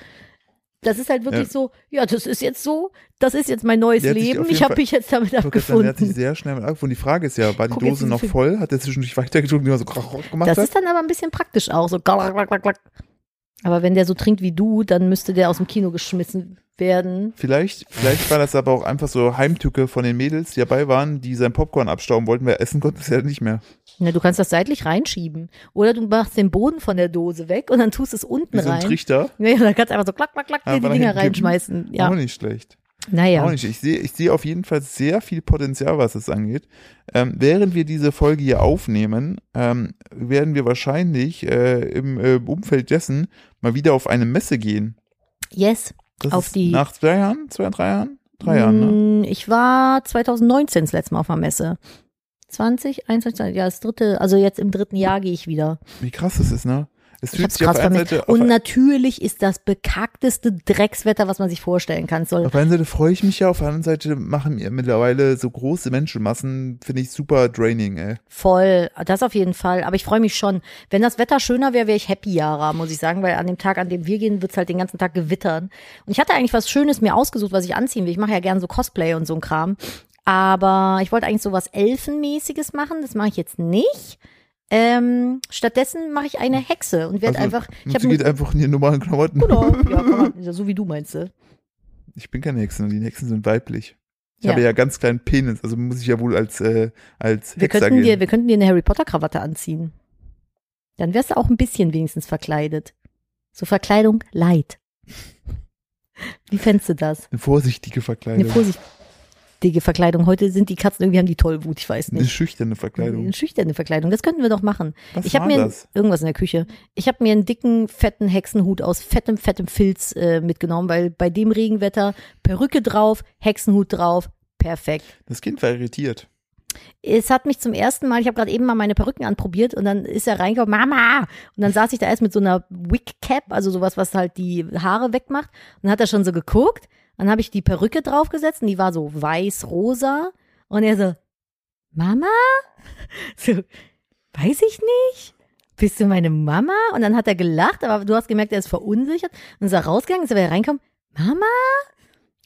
Speaker 2: Das ist halt wirklich
Speaker 1: Ja.
Speaker 2: so, ja, das ist jetzt so, das ist jetzt mein neues
Speaker 1: Der hat sich
Speaker 2: Leben,
Speaker 1: auf jeden
Speaker 2: ich habe
Speaker 1: Fall-
Speaker 2: mich jetzt damit
Speaker 1: Ich wollte gerade sagen, der hat sich
Speaker 2: abgefunden.
Speaker 1: sehr schnell mit abgefunden. Die Frage ist ja, war die
Speaker 2: Guck jetzt
Speaker 1: Dose
Speaker 2: diesen
Speaker 1: noch
Speaker 2: Film.
Speaker 1: voll? Hat er zwischendurch weitergetrunken, die man so krach, krach gemacht
Speaker 2: Das
Speaker 1: hat?
Speaker 2: ist dann aber ein bisschen praktisch auch so. glack, glack, glack, glack. Aber wenn der so trinkt wie du, dann müsste der aus dem Kino geschmissen werden.
Speaker 1: Vielleicht, vielleicht war das aber auch einfach so Heimtücke von den Mädels, die dabei waren, die sein Popcorn abstauben wollten, weil er essen konnte es ja nicht mehr.
Speaker 2: Na, du kannst das seitlich reinschieben. Oder du machst den Boden von der Dose weg und dann tust es unten
Speaker 1: Wie so ein
Speaker 2: rein.
Speaker 1: Trichter.
Speaker 2: Ja, ja, dann kannst du einfach so klack, klack, klack
Speaker 1: Einfach
Speaker 2: dir die Dinger
Speaker 1: dahin kippen.
Speaker 2: reinschmeißen.
Speaker 1: Auch
Speaker 2: Ja,
Speaker 1: nicht schlecht. Auch
Speaker 2: naja.
Speaker 1: nicht. Ich sehe, ich sehe auf jeden Fall sehr viel Potenzial, was es angeht. Ähm, während wir diese Folge hier aufnehmen, ähm, werden wir wahrscheinlich äh, im äh, Umfeld dessen mal wieder auf eine Messe gehen.
Speaker 2: Yes.
Speaker 1: Das
Speaker 2: Auf
Speaker 1: ist
Speaker 2: die-
Speaker 1: nach zwei Jahren, zwei, drei Jahren, drei Jahren. Ne?
Speaker 2: Mm, Ich war 2019 das letzte Mal auf einer Messe. 20, 21, 20, ja, das dritte, also jetzt im dritten Jahr gehe ich wieder.
Speaker 1: Wie krass das ist, ne? Es
Speaker 2: Ich
Speaker 1: fühlt
Speaker 2: hab's
Speaker 1: sich auf
Speaker 2: krass
Speaker 1: der einen
Speaker 2: vermisst.
Speaker 1: Seite, auf,
Speaker 2: Und natürlich ist das bekackteste Dreckswetter, was man sich vorstellen kann. Es Soll
Speaker 1: auf der einen Seite freue ich mich ja, auf der anderen Seite machen mir mittlerweile so große Menschenmassen, finde ich super draining, ey.
Speaker 2: Voll, das auf jeden Fall. Aber ich freue mich schon. Wenn das Wetter schöner wäre, wäre ich happy, Jara, muss ich sagen, weil an dem Tag, an dem wir gehen, wird es halt den ganzen Tag gewittern. Und ich hatte eigentlich was Schönes mir ausgesucht, was ich anziehen will. Ich mache ja gern so Cosplay und so ein Kram. Aber ich wollte eigentlich so was Elfenmäßiges machen. Das mache ich jetzt nicht. Ähm, stattdessen mache ich eine Hexe und werde einfach. Ich
Speaker 1: und sie
Speaker 2: habe
Speaker 1: geht einfach in die normalen Klamotten.
Speaker 2: Genau, ja, kann man, so wie du meinst. du.
Speaker 1: Ich bin keine Hexe, die Hexen sind weiblich. Ich
Speaker 2: Ja.
Speaker 1: habe ja ganz kleinen Penis, also muss ich ja wohl als, äh, als
Speaker 2: Wir
Speaker 1: Hexer
Speaker 2: könnten, dir,
Speaker 1: gehen.
Speaker 2: wir könnten dir eine Harry Potter Krawatte anziehen. Dann wärst du auch ein bisschen wenigstens verkleidet. So Verkleidung light. Wie fändst du das?
Speaker 1: Eine vorsichtige
Speaker 2: Eine
Speaker 1: Verkleidung.
Speaker 2: Vorsicht. giftige Verkleidung. Heute sind die Katzen irgendwie, haben die Tollwut, ich weiß
Speaker 1: Eine
Speaker 2: nicht.
Speaker 1: schüchterne Verkleidung.
Speaker 2: Eine schüchterne Verkleidung, das könnten wir doch machen.
Speaker 1: Was
Speaker 2: ich habe
Speaker 1: war
Speaker 2: mir
Speaker 1: das?
Speaker 2: irgendwas in der Küche. Ich habe mir einen dicken, fetten Hexenhut aus fettem, fettem Filz äh, mitgenommen, weil bei dem Regenwetter Perücke drauf, Hexenhut drauf, perfekt.
Speaker 1: Das Kind war irritiert.
Speaker 2: Es hat mich zum ersten Mal, ich habe gerade eben mal meine Perücken anprobiert und dann ist er reingekommen, Mama! Und dann saß ich da erst mit so einer Wig Cap, also sowas, was halt die Haare wegmacht. Und dann hat er schon so geguckt. Dann habe ich die Perücke draufgesetzt und die war so weiß-rosa. Und er so, Mama? So, weiß ich nicht. Bist du meine Mama? Und dann hat er gelacht, aber du hast gemerkt, er ist verunsichert. Und ist er rausgegangen, ist er wieder reinkommen, Mama?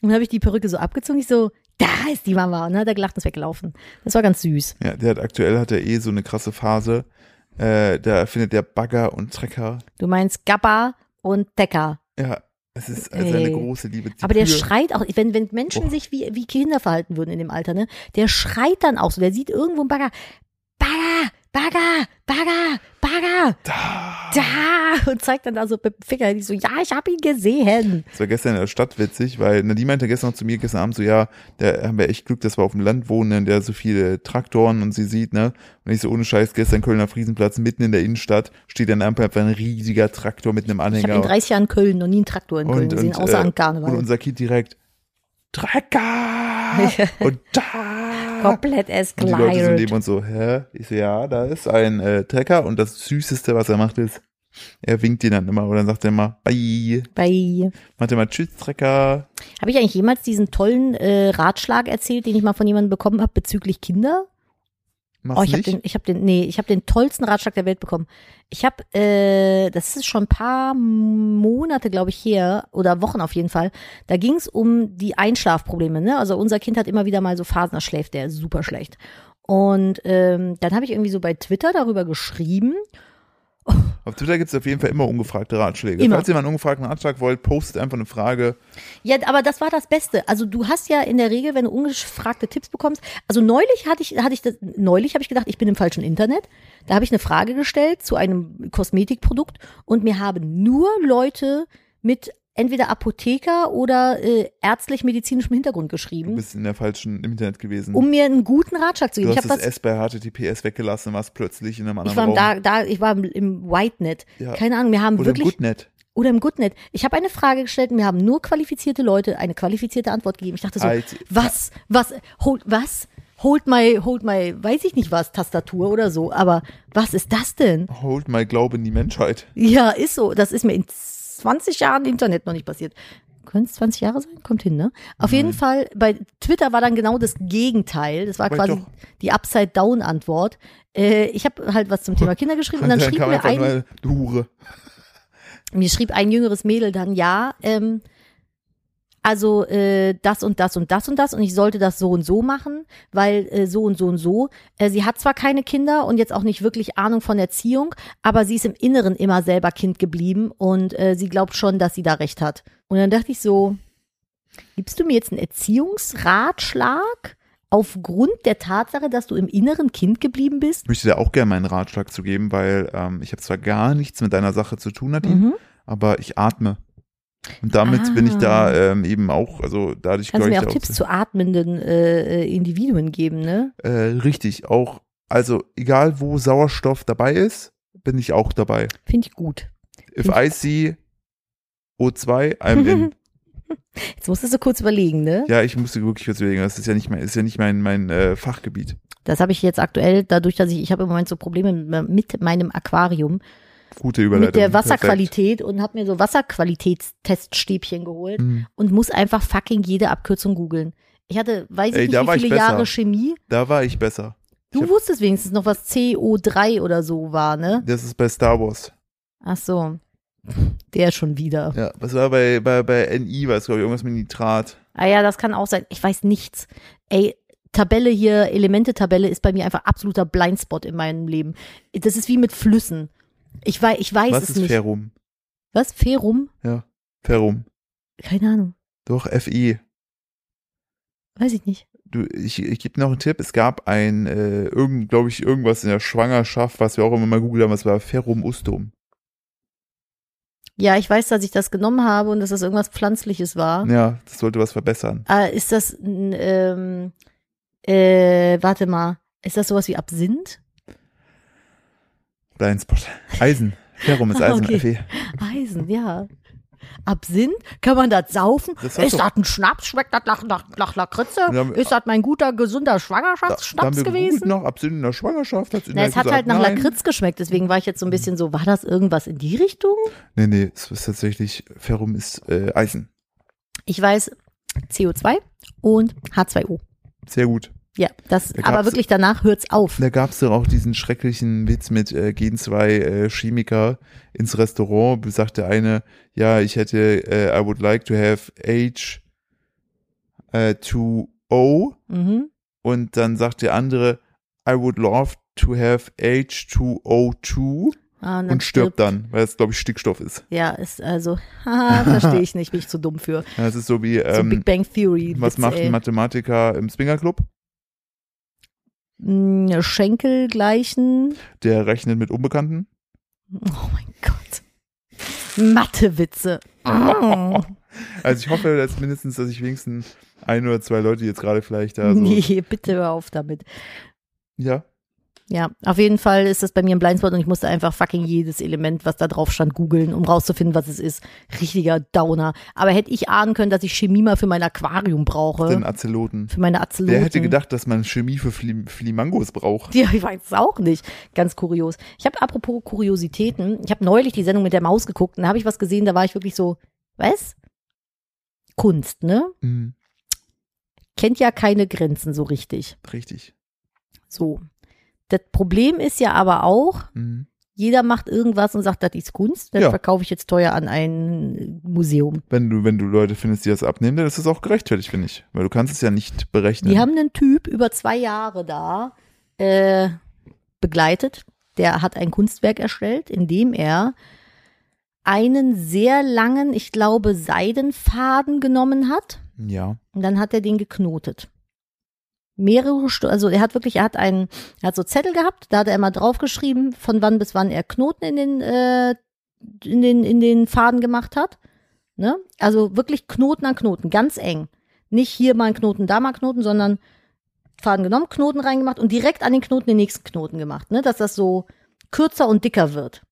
Speaker 2: Und dann habe ich die Perücke so abgezogen. Ich so, da ist die Mama. Und dann hat er gelacht und ist weggelaufen. Das war ganz süß.
Speaker 1: Ja, der hat aktuell hat er eh so eine krasse Phase. Äh, da findet der Bagger und Trecker.
Speaker 2: Du meinst Gabba und Decker.
Speaker 1: Ja, es ist also eine
Speaker 2: Ey.
Speaker 1: große Liebe. Die
Speaker 2: Aber der
Speaker 1: Kühe-
Speaker 2: schreit auch, wenn, wenn Menschen
Speaker 1: Boah.
Speaker 2: sich wie, wie Kinder verhalten würden in dem Alter, ne? Der schreit dann auch so. Der sieht irgendwo einen Bagger. Bagger, Bagger, Bagger, Bagger,
Speaker 1: Da.
Speaker 2: da! Und zeigt dann da so mit dem Finger. Ich so, ja, ich habe ihn gesehen.
Speaker 1: Das war gestern in der Stadt witzig, weil Nadine meinte gestern noch zu mir, gestern Abend so, ja, da haben wir echt Glück, dass wir auf dem Land wohnen, ne, der so viele Traktoren und sie sieht, ne? Und ich so, ohne Scheiß, gestern Kölner Friesenplatz, mitten in der Innenstadt, steht dann einfach ein riesiger Traktor mit einem
Speaker 2: Ich habe in
Speaker 1: Anhänger.
Speaker 2: 30 Jahren Köln noch nie einen Traktor in Köln gesehen, außer
Speaker 1: äh,
Speaker 2: an Karneval.
Speaker 1: und unser Kind direkt, Trecker! und da!
Speaker 2: Komplett
Speaker 1: ah, Und die Leute so
Speaker 2: eskaliert.
Speaker 1: neben uns so, hä? Ich so, ja, da ist ein äh, Trecker und das Süßeste, was er macht, ist, er winkt ihn dann immer oder sagt er immer, bye,
Speaker 2: Bei
Speaker 1: macht immer Tschüss, Trecker.
Speaker 2: Habe ich eigentlich jemals diesen tollen äh, Ratschlag erzählt, den ich mal von jemandem bekommen habe bezüglich Kinder?
Speaker 1: Mach's
Speaker 2: Oh, ich habe
Speaker 1: nicht.
Speaker 2: den, ich habe den, nee, ich habe den tollsten Ratschlag der Welt bekommen. Ich habe, äh, das ist schon ein paar Monate, glaube ich, her oder Wochen auf jeden Fall. Da ging es um die Einschlafprobleme. Ne? Also unser Kind hat immer wieder mal so Phasen, da schläft der super schlecht. Und ähm, dann habe ich irgendwie so bei Twitter darüber geschrieben.
Speaker 1: Auf Twitter gibt es auf jeden Fall immer ungefragte Ratschläge.
Speaker 2: Immer.
Speaker 1: Falls ihr mal einen ungefragten Ratschlag wollt, postet einfach eine Frage.
Speaker 2: Ja, aber das war das Beste. Also du hast ja in der Regel, wenn du ungefragte Tipps bekommst, also neulich hatte ich, hatte ich das, neulich habe ich gedacht, ich bin im falschen Internet. Da habe ich eine Frage gestellt zu einem Kosmetikprodukt und mir haben nur Leute mit entweder Apotheker oder äh, ärztlich-medizinischem Hintergrund
Speaker 1: Du
Speaker 2: geschrieben,
Speaker 1: bist in der falschen im Internet gewesen.
Speaker 2: um mir einen guten Ratschlag zu
Speaker 1: du
Speaker 2: geben. Ich
Speaker 1: hast
Speaker 2: habe
Speaker 1: das
Speaker 2: das,
Speaker 1: S bei HTTPS weggelassen, warst plötzlich in einem
Speaker 2: ich
Speaker 1: anderen
Speaker 2: war im,
Speaker 1: Raum.
Speaker 2: da, da, ich war im, im Whitenet.
Speaker 1: Ja.
Speaker 2: Keine Ahnung, wir haben
Speaker 1: Oder im
Speaker 2: wirklich
Speaker 1: Goodnet.
Speaker 2: oder im Goodnet. Ich habe eine Frage gestellt und mir haben nur qualifizierte Leute eine qualifizierte Antwort gegeben. Ich dachte so,
Speaker 1: Alt-
Speaker 2: was, was, hold, was? Hold my, hold my, weiß ich nicht was, Tastatur oder so, aber was ist das denn?
Speaker 1: Hold my Glaube in die Menschheit.
Speaker 2: Ja, ist so. Das ist mir in 20 Jahren Internet noch nicht passiert. Können es 20 Jahre sein? Kommt hin, ne? Auf
Speaker 1: Mhm.
Speaker 2: jeden Fall, bei Twitter war dann genau das Gegenteil. Das war
Speaker 1: Aber
Speaker 2: quasi
Speaker 1: doch.
Speaker 2: die Upside-Down-Antwort. Äh, ich habe halt was zum Thema Kinder geschrieben und dann, schrieb
Speaker 1: kam
Speaker 2: mir
Speaker 1: einfach
Speaker 2: ein.
Speaker 1: nur, eine, du Hure.
Speaker 2: Mir schrieb ein jüngeres Mädel dann, ja, ähm, also äh, das und das und das und das und ich sollte das so und so machen, weil äh, so und so und so. Äh, sie hat zwar keine Kinder und jetzt auch nicht wirklich Ahnung von Erziehung, aber sie ist im Inneren immer selber Kind geblieben und äh, sie glaubt schon, dass sie da recht hat. Und dann dachte ich so, gibst du mir jetzt einen Erziehungsratschlag aufgrund der Tatsache, dass du im Inneren Kind geblieben bist?
Speaker 1: Ich möchte dir auch gerne meinen Ratschlag zu geben, weil ähm, ich habe zwar gar nichts mit deiner Sache zu tun, Nadine,
Speaker 2: Mhm.
Speaker 1: aber ich atme. Und damit bin ich da ähm, eben auch, also dadurch
Speaker 2: Ah. Kannst
Speaker 1: gehöre
Speaker 2: du
Speaker 1: ich
Speaker 2: mir auch
Speaker 1: da
Speaker 2: Tipps zu atmenden äh, äh, Individuen geben, ne?
Speaker 1: Äh, richtig, auch, also egal wo Sauerstoff dabei ist, bin ich auch dabei.
Speaker 2: Finde ich gut.
Speaker 1: If
Speaker 2: Hm.
Speaker 1: I see O2, I'm in.
Speaker 2: Jetzt musstest du kurz überlegen, ne?
Speaker 1: ja, ich musste wirklich kurz überlegen, das ist ja nicht mein, ist ja nicht mein, mein äh, Fachgebiet.
Speaker 2: Das habe ich jetzt aktuell, dadurch, dass ich, ich habe im Moment so Probleme mit, mit meinem Aquarium,
Speaker 1: Gute Überleitung.
Speaker 2: mit der
Speaker 1: perfekt.
Speaker 2: Wasserqualität und habe mir so Wasserqualitätsteststäbchen geholt
Speaker 1: Hm.
Speaker 2: und muss einfach fucking jede Abkürzung googeln. Ich hatte, weiß ich
Speaker 1: Ey, da
Speaker 2: nicht,
Speaker 1: war
Speaker 2: wie
Speaker 1: ich
Speaker 2: viele
Speaker 1: besser.
Speaker 2: Jahre Chemie.
Speaker 1: Da war ich besser.
Speaker 2: Du
Speaker 1: Ich hab-
Speaker 2: wusstest wenigstens noch, was CO3 oder so war, ne?
Speaker 1: Das ist bei Star Wars.
Speaker 2: Ach so. Der schon wieder.
Speaker 1: Ja, was war bei, bei, bei NI, war es, glaube ich, irgendwas mit Nitrat.
Speaker 2: Ah ja, das kann auch sein. Ich weiß nichts. Ey, Tabelle hier, Elemente-Tabelle ist bei mir einfach absoluter Blindspot in meinem Leben. Das ist wie mit Flüssen. Ich weiß, ich weiß
Speaker 1: was
Speaker 2: es
Speaker 1: ist
Speaker 2: nicht.
Speaker 1: Ferrum?
Speaker 2: Was? Ferum?
Speaker 1: Ja, Ferrum.
Speaker 2: Keine Ahnung.
Speaker 1: Doch, FE.
Speaker 2: Weiß ich nicht.
Speaker 1: Du, ich ich gebe noch einen Tipp. Es gab ein, äh, irgend, glaube ich, irgendwas in der Schwangerschaft, was wir auch immer mal googeln haben, was war Ferrum Ustum.
Speaker 2: Ja, ich weiß, dass ich das genommen habe und dass das irgendwas Pflanzliches war.
Speaker 1: Ja, das sollte was verbessern.
Speaker 2: Ah, ist das, ein, ähm, äh, warte mal, ist das sowas wie Absinth?
Speaker 1: Oder ein Spot. Eisen. Ferrum ist Eisen.
Speaker 2: Ah, Okay.
Speaker 1: Effi.
Speaker 2: Eisen, ja. Absinth? Kann man das saufen?
Speaker 1: Das hast
Speaker 2: ist
Speaker 1: du-
Speaker 2: das ein Schnaps? Schmeckt das nach, nach, nach Lakritze?
Speaker 1: Wir haben-
Speaker 2: ist das mein guter, gesunder
Speaker 1: Da, da haben
Speaker 2: Schwangerschaftsschnaps
Speaker 1: wir
Speaker 2: gewesen?
Speaker 1: gegoogelt noch, Absinth in der Schwangerschaft. Hat's
Speaker 2: Na,
Speaker 1: Inhalt
Speaker 2: es hat
Speaker 1: gesagt,
Speaker 2: halt nach
Speaker 1: nein.
Speaker 2: Lakritz geschmeckt, deswegen war ich jetzt so ein bisschen so, war das irgendwas in die Richtung?
Speaker 1: Nee, nee, es ist tatsächlich, Ferrum ist äh, Eisen.
Speaker 2: Ich weiß, CO2 und H2O.
Speaker 1: Sehr gut.
Speaker 2: Ja, das,
Speaker 1: Da
Speaker 2: aber
Speaker 1: gab's- Ne.
Speaker 2: wirklich danach hört's auf.
Speaker 1: Da gab es doch auch diesen schrecklichen Witz mit, äh, gehen zwei äh, Chemiker ins Restaurant, sagt der eine, ja, ich hätte, äh, I would like to have H äh, to O
Speaker 2: Mhm.
Speaker 1: und dann sagt der andere, I would love to have H2O2
Speaker 2: Ah, dann
Speaker 1: und stirbt dann, weil es, glaube ich, Stickstoff ist.
Speaker 2: Ja, ist also, haha, verstehe ich nicht, bin ich zu dumm für.
Speaker 1: Ja, Das ist so wie,
Speaker 2: So Big
Speaker 1: ähm,
Speaker 2: Bang Theory. äh,
Speaker 1: was
Speaker 2: Witz,
Speaker 1: macht
Speaker 2: ey.
Speaker 1: ein Mathematiker im Swingerclub?
Speaker 2: Mm, Schenkel gleichen.
Speaker 1: Der rechnet mit Unbekannten.
Speaker 2: Oh mein Gott. Mathewitze. Mm.
Speaker 1: Also ich hoffe, dass mindestens, dass ich wenigstens ein oder zwei Leute jetzt gerade vielleicht da so.
Speaker 2: Nee, bitte hör auf damit.
Speaker 1: Ja.
Speaker 2: Ja, auf jeden Fall ist das bei mir ein Blindspot und ich musste einfach fucking jedes Element, was da drauf stand, googeln, um rauszufinden, was es ist. Richtiger Downer. Aber hätte ich ahnen können, dass ich Chemie mal für mein Aquarium brauche.
Speaker 1: Den Azeloten.
Speaker 2: für meine Azeloten.
Speaker 1: Wer hätte gedacht, dass man Chemie für Fli- Flimangos braucht?
Speaker 2: Ja, ich weiß es auch nicht. Ganz kurios. Ich habe apropos Kuriositäten, ich habe neulich die Sendung mit der Maus geguckt und da habe ich was gesehen, da war ich wirklich so, was? Kunst, ne?
Speaker 1: Mhm,
Speaker 2: Kennt ja keine Grenzen so richtig.
Speaker 1: richtig.
Speaker 2: So. Das Problem ist ja aber auch,
Speaker 1: Mhm.
Speaker 2: jeder macht irgendwas und sagt, das ist Kunst, das
Speaker 1: Ja.
Speaker 2: verkaufe ich jetzt teuer an ein Museum.
Speaker 1: Wenn du, wenn du Leute findest, die das abnehmen, dann ist das auch gerechtfertigt, finde ich. Weil du kannst es ja nicht berechnen.
Speaker 2: Die haben einen Typ über zwei Jahre da äh, begleitet. Der hat ein Kunstwerk erstellt, in dem er einen sehr langen, ich glaube, Seidenfaden genommen hat.
Speaker 1: ja.
Speaker 2: Und dann hat er den geknotet. Mehrere Stunden, also er hat wirklich, er hat einen, er hat so Zettel gehabt, da hat er immer draufgeschrieben, von wann bis wann er Knoten in den, äh, in den, in den Faden gemacht hat. Ne? Also wirklich Knoten an Knoten, ganz eng. Nicht hier mal ein Knoten, da mal ein Knoten, sondern Faden genommen, Knoten reingemacht und direkt an den Knoten den nächsten Knoten gemacht, ne? dass das so kürzer und dicker wird.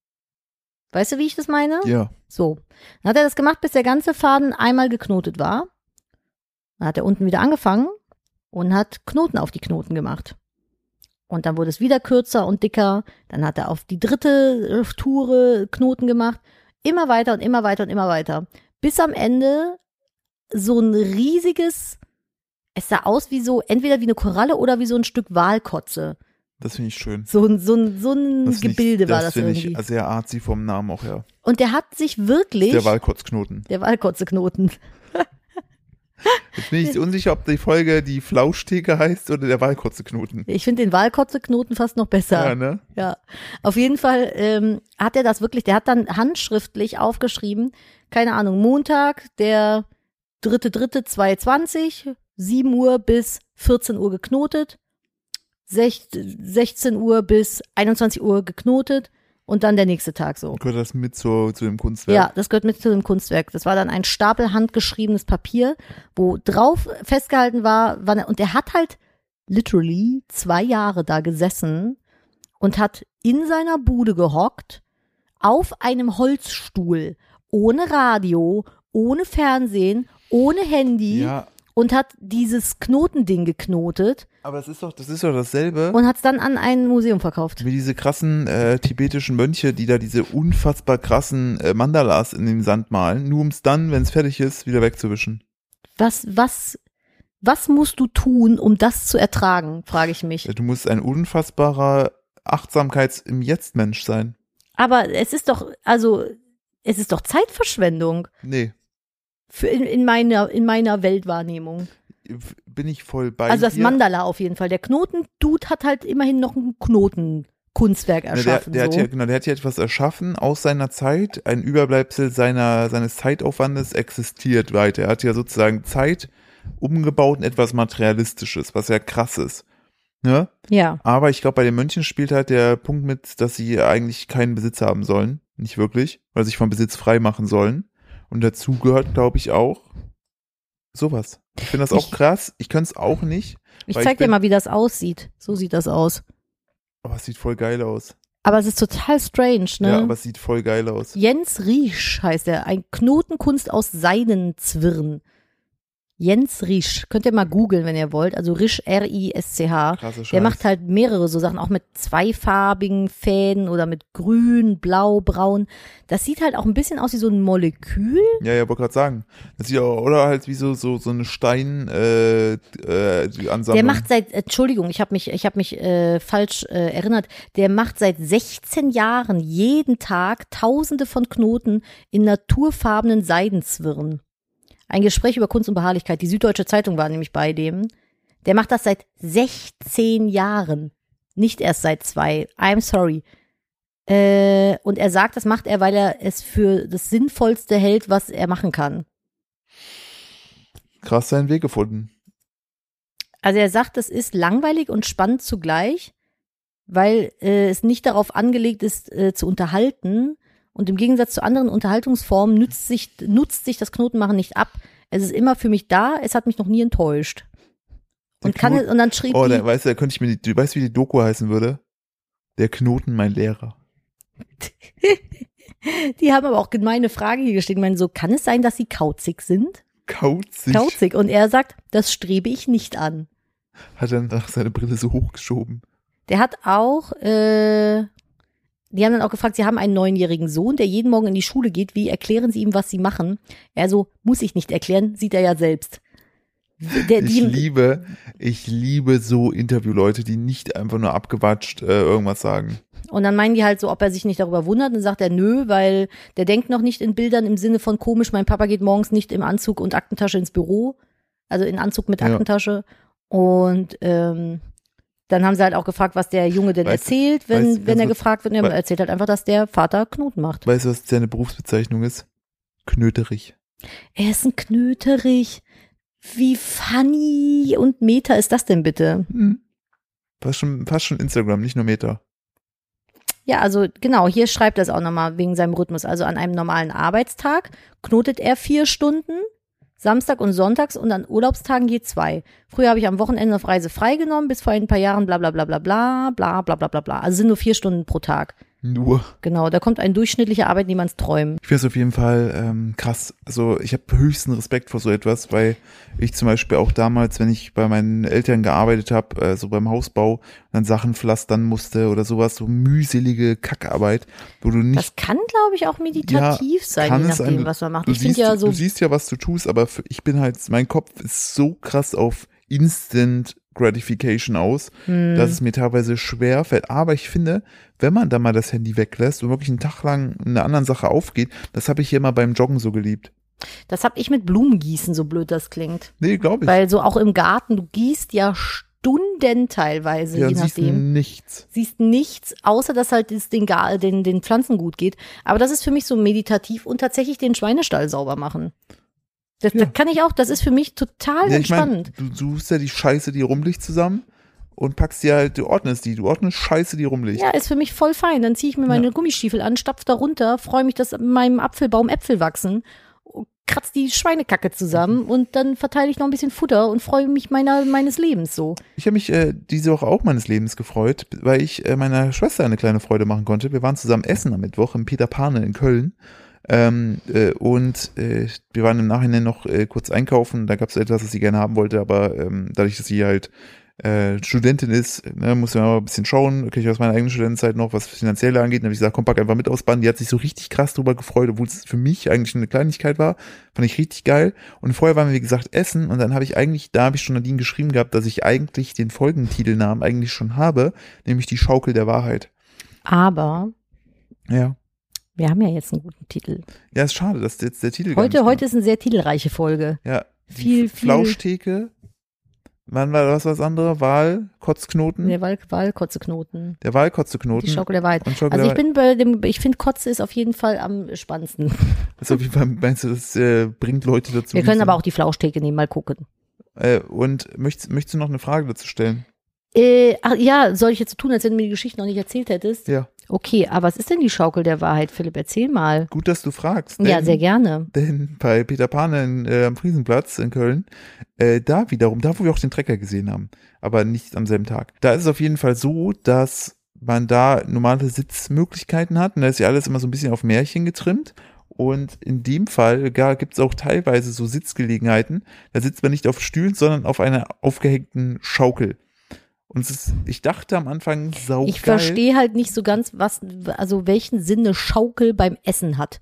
Speaker 2: Weißt du, wie ich das meine?
Speaker 1: Ja.
Speaker 2: So. Dann hat er das gemacht, bis der ganze Faden einmal geknotet war. Dann hat er unten wieder angefangen und hat Knoten auf die Knoten gemacht. Und dann wurde es wieder kürzer und dicker. Dann hat er auf die dritte äh, Toure Knoten gemacht. Immer weiter und immer weiter und immer weiter. Bis am Ende so ein riesiges, es sah aus wie so, entweder wie eine Koralle oder wie so ein Stück Walkotze.
Speaker 1: Das finde ich schön.
Speaker 2: So ein, so ein, so ein
Speaker 1: Das find ich-
Speaker 2: Gebilde war das
Speaker 1: finde
Speaker 2: irgendwie.
Speaker 1: ich sehr artsy vom Namen auch her.
Speaker 2: und der hat sich wirklich,
Speaker 1: Der Walkotzknoten.
Speaker 2: der Walkotzeknoten,
Speaker 1: Jetzt bin ich unsicher, ob die Folge die Flauschtheke heißt oder der Walkotzeknoten.
Speaker 2: Ich finde den Wahlkotzeknoten fast noch
Speaker 1: Ja,
Speaker 2: besser. Ja,
Speaker 1: ne?
Speaker 2: Auf jeden Fall ähm, hat er das wirklich, der hat dann handschriftlich aufgeschrieben, keine Ahnung, Montag, der 3.3.2020, 7 Uhr bis 14 Uhr geknotet, sech- 16 Uhr bis 21 Uhr geknotet und dann der nächste Tag so.
Speaker 1: Gehört das mit zu, zu dem Kunstwerk?
Speaker 2: Ja, das gehört mit zu dem Kunstwerk. Das war dann ein Stapel handgeschriebenes Papier, wo drauf festgehalten war, wann er, und er hat halt literally zwei Jahre da gesessen und hat in seiner Bude gehockt, auf einem Holzstuhl, ohne Radio, ohne Fernsehen, ohne Handy
Speaker 1: ja
Speaker 2: und hat dieses Knotending geknotet
Speaker 1: aber das ist doch, das ist doch dasselbe.
Speaker 2: und hat es dann an ein Museum verkauft.
Speaker 1: Wie diese krassen äh, tibetischen Mönche, die da diese unfassbar krassen äh, Mandalas in den Sand malen, nur um es dann, wenn es fertig ist, wieder wegzuwischen.
Speaker 2: Was, was, was musst du tun, um das zu ertragen, frage ich mich.
Speaker 1: Äh, Du musst ein unfassbarer Achtsamkeits im Jetzt Mensch sein.
Speaker 2: Aber es ist doch, also, es ist doch Zeitverschwendung
Speaker 1: Nee,
Speaker 2: für in, in, meiner, in meiner Weltwahrnehmung.
Speaker 1: f- bin ich voll bei
Speaker 2: also das
Speaker 1: dir.
Speaker 2: Mandala auf jeden Fall. Der Knoten-Dude hat halt immerhin noch ein Knotenkunstwerk
Speaker 1: Na, der,
Speaker 2: erschaffen.
Speaker 1: der, hat
Speaker 2: so.
Speaker 1: ja, genau, der hat ja etwas erschaffen aus seiner Zeit, ein Überbleibsel seiner, seines Zeitaufwandes existiert weiter. Er hat ja sozusagen Zeit umgebaut in etwas Materialistisches, was ja krass ist. Ne?
Speaker 2: ja.
Speaker 1: Aber ich glaube, bei den Mönchen spielt halt der Punkt mit, dass sie eigentlich keinen Besitz haben sollen. Nicht wirklich, weil sie sich vom Besitz frei machen sollen. Und dazu gehört, glaube ich, auch sowas. Ich finde das auch
Speaker 2: Ich-
Speaker 1: krass. Ich kann es auch nicht.
Speaker 2: Ich
Speaker 1: Weil ich
Speaker 2: zeig dir
Speaker 1: bin-
Speaker 2: mal, wie das aussieht. So sieht das aus.
Speaker 1: Aber Oh, es sieht voll geil aus.
Speaker 2: Aber es ist total strange, ne?
Speaker 1: Ja, aber es sieht voll geil aus.
Speaker 2: Jens Riesch heißt er. Ein Knotenkunst aus Seidenzwirren. Jens Riesch. Könnt ihr mal googeln, wenn ihr wollt. Also Risch, R-I-S-C-H.
Speaker 1: Krasse Scheiße.
Speaker 2: Der macht halt mehrere so Sachen, auch mit zweifarbigen Fäden oder mit grün, blau, braun. Das sieht halt auch ein bisschen aus wie so ein Molekül.
Speaker 1: Ja, ja, wollte gerade sagen. Das sieht auch, oder halt wie so, so, so eine Stein, äh, äh, die Ansammlung.
Speaker 2: Der macht seit, Entschuldigung, ich habe mich, ich hab mich äh, falsch äh, erinnert, der macht seit 16 Jahren jeden Tag tausende von Knoten in naturfarbenen Seidenzwirren. Ein Gespräch über Kunst und Beharrlichkeit. Die Süddeutsche Zeitung war nämlich bei dem. Der macht das seit 16 Jahren. Nicht erst seit zwei. I'm sorry. Äh, und er sagt, das macht er, weil er es für das Sinnvollste hält, was er machen kann.
Speaker 1: Krass seinen Weg gefunden.
Speaker 2: Also er sagt, es ist langweilig und spannend zugleich, weil äh, es nicht darauf angelegt ist, äh, zu unterhalten. Und im Gegensatz zu anderen Unterhaltungsformen nützt sich, nutzt sich das Knotenmachen nicht ab. Es ist immer für mich da, es hat mich noch nie enttäuscht.
Speaker 1: Der
Speaker 2: Und, kann,
Speaker 1: Knot-
Speaker 2: es- und dann schrieb
Speaker 1: Oh,
Speaker 2: die,
Speaker 1: der, weißt du, da könnte ich mir die, du weißt, wie die Doku heißen würde? Der Knoten, mein Lehrer.
Speaker 2: die haben aber auch gemeine Fragen hier gestellt. Ich meine, so kann es sein, dass sie kauzig sind?
Speaker 1: Kaut sich.
Speaker 2: Kauzig. Und er sagt, das strebe ich nicht an.
Speaker 1: Hat dann nach seine Brille so hochgeschoben.
Speaker 2: Der hat auch, äh, die haben dann auch gefragt, sie haben einen neunjährigen Sohn, der jeden Morgen in die Schule geht. Wie erklären sie ihm, was sie machen? Er so, muss ich nicht erklären, sieht er ja selbst. Der,
Speaker 1: Ich liebe, ich liebe so Interviewleute, die nicht einfach nur abgewatscht äh, irgendwas sagen.
Speaker 2: und dann meinen die halt so, ob er sich nicht darüber wundert. Und dann sagt er, nö, weil der denkt noch nicht in Bildern im Sinne von komisch, mein Papa geht morgens nicht im Anzug und Aktentasche ins Büro. Also in Anzug mit
Speaker 1: Ja.
Speaker 2: Aktentasche. Und ähm, dann haben sie halt auch gefragt, was der Junge denn
Speaker 1: Weißt-
Speaker 2: erzählt, wenn,
Speaker 1: weißt-
Speaker 2: wenn er
Speaker 1: also-
Speaker 2: gefragt wird. Und er
Speaker 1: wei-
Speaker 2: erzählt halt einfach, dass der Vater Knoten macht.
Speaker 1: Weißt du, was seine Berufsbezeichnung ist? Knöterich.
Speaker 2: Er ist ein Knöterich. Wie funny und meta ist das denn bitte?
Speaker 1: Hm. Fast schon, fast schon Instagram, nicht nur Meta.
Speaker 2: Ja, also genau, hier schreibt er es auch nochmal wegen seinem Rhythmus. Also an einem normalen Arbeitstag knotet er vier Stunden, Samstag und Sonntags und an Urlaubstagen je zwei. Früher habe ich am Wochenende auf Reise freigenommen, bis vor ein paar Jahren bla bla bla bla bla bla bla bla bla bla. Also sind nur vier Stunden pro Tag.
Speaker 1: Nur.
Speaker 2: Genau, da kommt ein durchschnittlicher Arbeitnehmers Träumen.
Speaker 1: Ich finde es auf jeden Fall ähm, krass. Also ich habe höchsten Respekt vor so etwas, weil ich zum Beispiel auch damals, wenn ich bei meinen Eltern gearbeitet habe, äh, so beim Hausbau, dann Sachen pflastern musste oder sowas, so mühselige Kackarbeit, wo du nicht,
Speaker 2: Das kann, glaube ich, auch meditativ sein,
Speaker 1: kann
Speaker 2: je
Speaker 1: es
Speaker 2: nachdem,
Speaker 1: ein-
Speaker 2: was man macht.
Speaker 1: du,
Speaker 2: Ich
Speaker 1: siehst,
Speaker 2: finde ja so
Speaker 1: du siehst ja, was du tust, aber für, ich bin halt, mein Kopf ist so krass auf Instant Gratification aus,
Speaker 2: hm,
Speaker 1: dass es mir teilweise schwer fällt. Aber ich finde, wenn man da mal das Handy weglässt und wirklich einen Tag lang in einer anderen Sache aufgeht, das habe ich hier mal beim Joggen so geliebt.
Speaker 2: das habe ich mit Blumengießen, so blöd das klingt.
Speaker 1: Nee, glaube ich.
Speaker 2: Weil so auch im Garten, du gießt ja Stunden teilweise,
Speaker 1: ja,
Speaker 2: je
Speaker 1: und siehst
Speaker 2: nachdem.
Speaker 1: nichts.
Speaker 2: Siehst nichts, außer dass halt es den, Ga- den, den Pflanzen gut geht. Aber das ist für mich so meditativ und tatsächlich den Schweinestall sauber machen. Das,
Speaker 1: Ja.
Speaker 2: das kann ich auch, das ist für mich total
Speaker 1: Ja, ich meine,
Speaker 2: entspannend.
Speaker 1: du suchst ja die Scheiße, die rumliegt, zusammen und packst die halt, du ordnest die, du ordnest Scheiße, die rumliegt.
Speaker 2: ja, ist für mich voll fein. Dann ziehe ich mir meine Gummistiefel an, stapf da runter, freue mich, dass an meinem Apfelbaum Äpfel wachsen, kratz die Schweinekacke zusammen
Speaker 1: Mhm.
Speaker 2: und dann verteile ich noch ein bisschen Futter und freue mich meiner, meines Lebens so.
Speaker 1: Ich habe mich äh, diese Woche auch meines Lebens gefreut, weil ich äh, meiner Schwester eine kleine Freude machen konnte. Wir waren zusammen essen am Mittwoch im Peter Pane in Köln. Ähm, äh, und äh, wir waren im Nachhinein noch äh, kurz einkaufen. Da gab es etwas, was sie gerne haben wollte, aber ähm, dadurch, dass sie halt äh, Studentin ist, ne, muss man mal ein bisschen schauen, kriege ich aus meiner eigenen Studentenzeit noch, was finanzielle angeht. Und habe ich gesagt, komm, pack einfach mit aufs Band. Die hat sich so richtig krass drüber gefreut, obwohl es für mich eigentlich eine Kleinigkeit war. Fand ich richtig geil. Und vorher waren wir, wie gesagt, essen und dann habe ich eigentlich, da habe ich schon Nadine geschrieben gehabt, dass ich eigentlich den Folgentitelnamen eigentlich schon habe, nämlich die Schaukel der Wahrheit.
Speaker 2: Aber
Speaker 1: Ja.
Speaker 2: wir haben ja jetzt einen guten Titel.
Speaker 1: Ja, ist schade, dass jetzt der Titel gar
Speaker 2: Heute,
Speaker 1: nicht
Speaker 2: heute ist eine sehr titelreiche Folge.
Speaker 1: kam. Ja, die
Speaker 2: viel,
Speaker 1: genau. F-
Speaker 2: viel-
Speaker 1: Flauschtheke. Wann war das was andere? Wahl, Kotzknoten.
Speaker 2: Der Wal Walkotzeknoten.
Speaker 1: Der Wahl, Kotzeknoten.
Speaker 2: Die Schaukel der Wahrheit.
Speaker 1: Und Schaukel
Speaker 2: Also ich
Speaker 1: der Wahl.
Speaker 2: bin bei dem, ich finde Kotze ist auf jeden Fall am spannendsten.
Speaker 1: Also auf jeden Fall meinst du, das äh, bringt Leute dazu.
Speaker 2: Wir können
Speaker 1: diese-
Speaker 2: aber auch die Flauschtheke nehmen, mal gucken.
Speaker 1: Äh, und möchtest, möchtest du noch eine Frage dazu stellen?
Speaker 2: Äh, ach ja, soll ich jetzt so tun, als wenn du mir die Geschichte noch nicht erzählt hättest?
Speaker 1: Ja.
Speaker 2: Okay, aber was ist denn die Schaukel der Wahrheit, Philipp? Erzähl mal.
Speaker 1: Gut, dass du fragst.
Speaker 2: Ja,
Speaker 1: denn-
Speaker 2: sehr gerne.
Speaker 1: Denn bei Peter Pan in, äh, am Friesenplatz in Köln, äh, da wiederum, da wo wir auch den Trecker gesehen haben, aber nicht am selben Tag. Da ist es auf jeden Fall so, dass man da normale Sitzmöglichkeiten hat und da ist ja alles immer so ein bisschen auf Märchen getrimmt. Und in dem Fall gibt es auch teilweise so Sitzgelegenheiten. Da sitzt man nicht auf Stühlen, sondern auf einer aufgehängten Schaukel. Und es ist, ich dachte am Anfang, saugeil.
Speaker 2: Ich verstehe halt nicht so ganz, was, also welchen Sinn eine Schaukel beim Essen hat.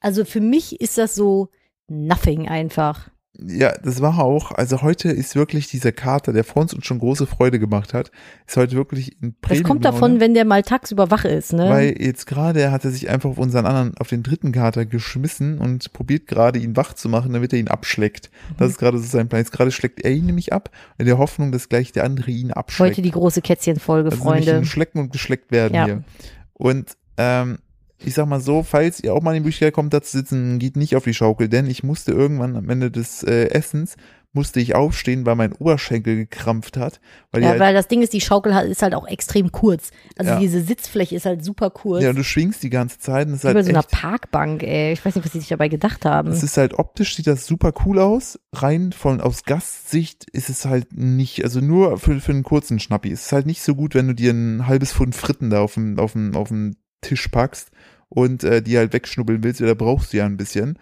Speaker 2: Also für mich ist das so nothing einfach.
Speaker 1: Ja, das war auch. Also heute ist wirklich dieser Kater, der vor uns uns schon große Freude gemacht hat, ist heute wirklich in
Speaker 2: Das
Speaker 1: Premium-Laune,
Speaker 2: kommt davon, wenn der mal tagsüber wach ist, ne?
Speaker 1: Weil jetzt gerade hat er sich einfach auf unseren anderen, auf den dritten Kater geschmissen und probiert gerade ihn wach zu machen, damit er ihn abschlägt.
Speaker 2: Mhm.
Speaker 1: Das ist gerade so sein Plan. Jetzt gerade schlägt er ihn nämlich ab, in der Hoffnung, dass gleich der andere ihn abschlägt.
Speaker 2: Heute die große Kätzchenfolge,
Speaker 1: Also nämlich
Speaker 2: Freunde.
Speaker 1: im Schlecken und geschleckt werden
Speaker 2: Ja.
Speaker 1: hier. Und ähm, ich sag mal so, falls ihr auch mal in die Möglichkeit kommt, da zu sitzen, geht nicht auf die Schaukel, denn ich musste irgendwann am Ende des äh, Essens, musste ich aufstehen, weil mein Oberschenkel gekrampft hat. Weil
Speaker 2: Ja,
Speaker 1: die halt
Speaker 2: weil das Ding ist, die Schaukel hat- ist halt auch extrem kurz. Also
Speaker 1: Ja.
Speaker 2: diese Sitzfläche ist halt super kurz.
Speaker 1: halt, ja, und du schwingst die ganze Zeit und es ist
Speaker 2: Über
Speaker 1: halt
Speaker 2: so einer
Speaker 1: echt,
Speaker 2: Parkbank, ey. Ich weiß nicht, was die sich dabei gedacht haben.
Speaker 1: es ist halt optisch sieht das super cool aus. Rein von aus Gastsicht ist es halt nicht, also nur für, für einen kurzen Schnappi. Es ist halt nicht so gut, wenn du dir ein halbes Pfund Fritten da auf dem, auf dem, auf dem Tisch packst und äh, die halt wegschnubbeln willst, oder brauchst du ja ein bisschen.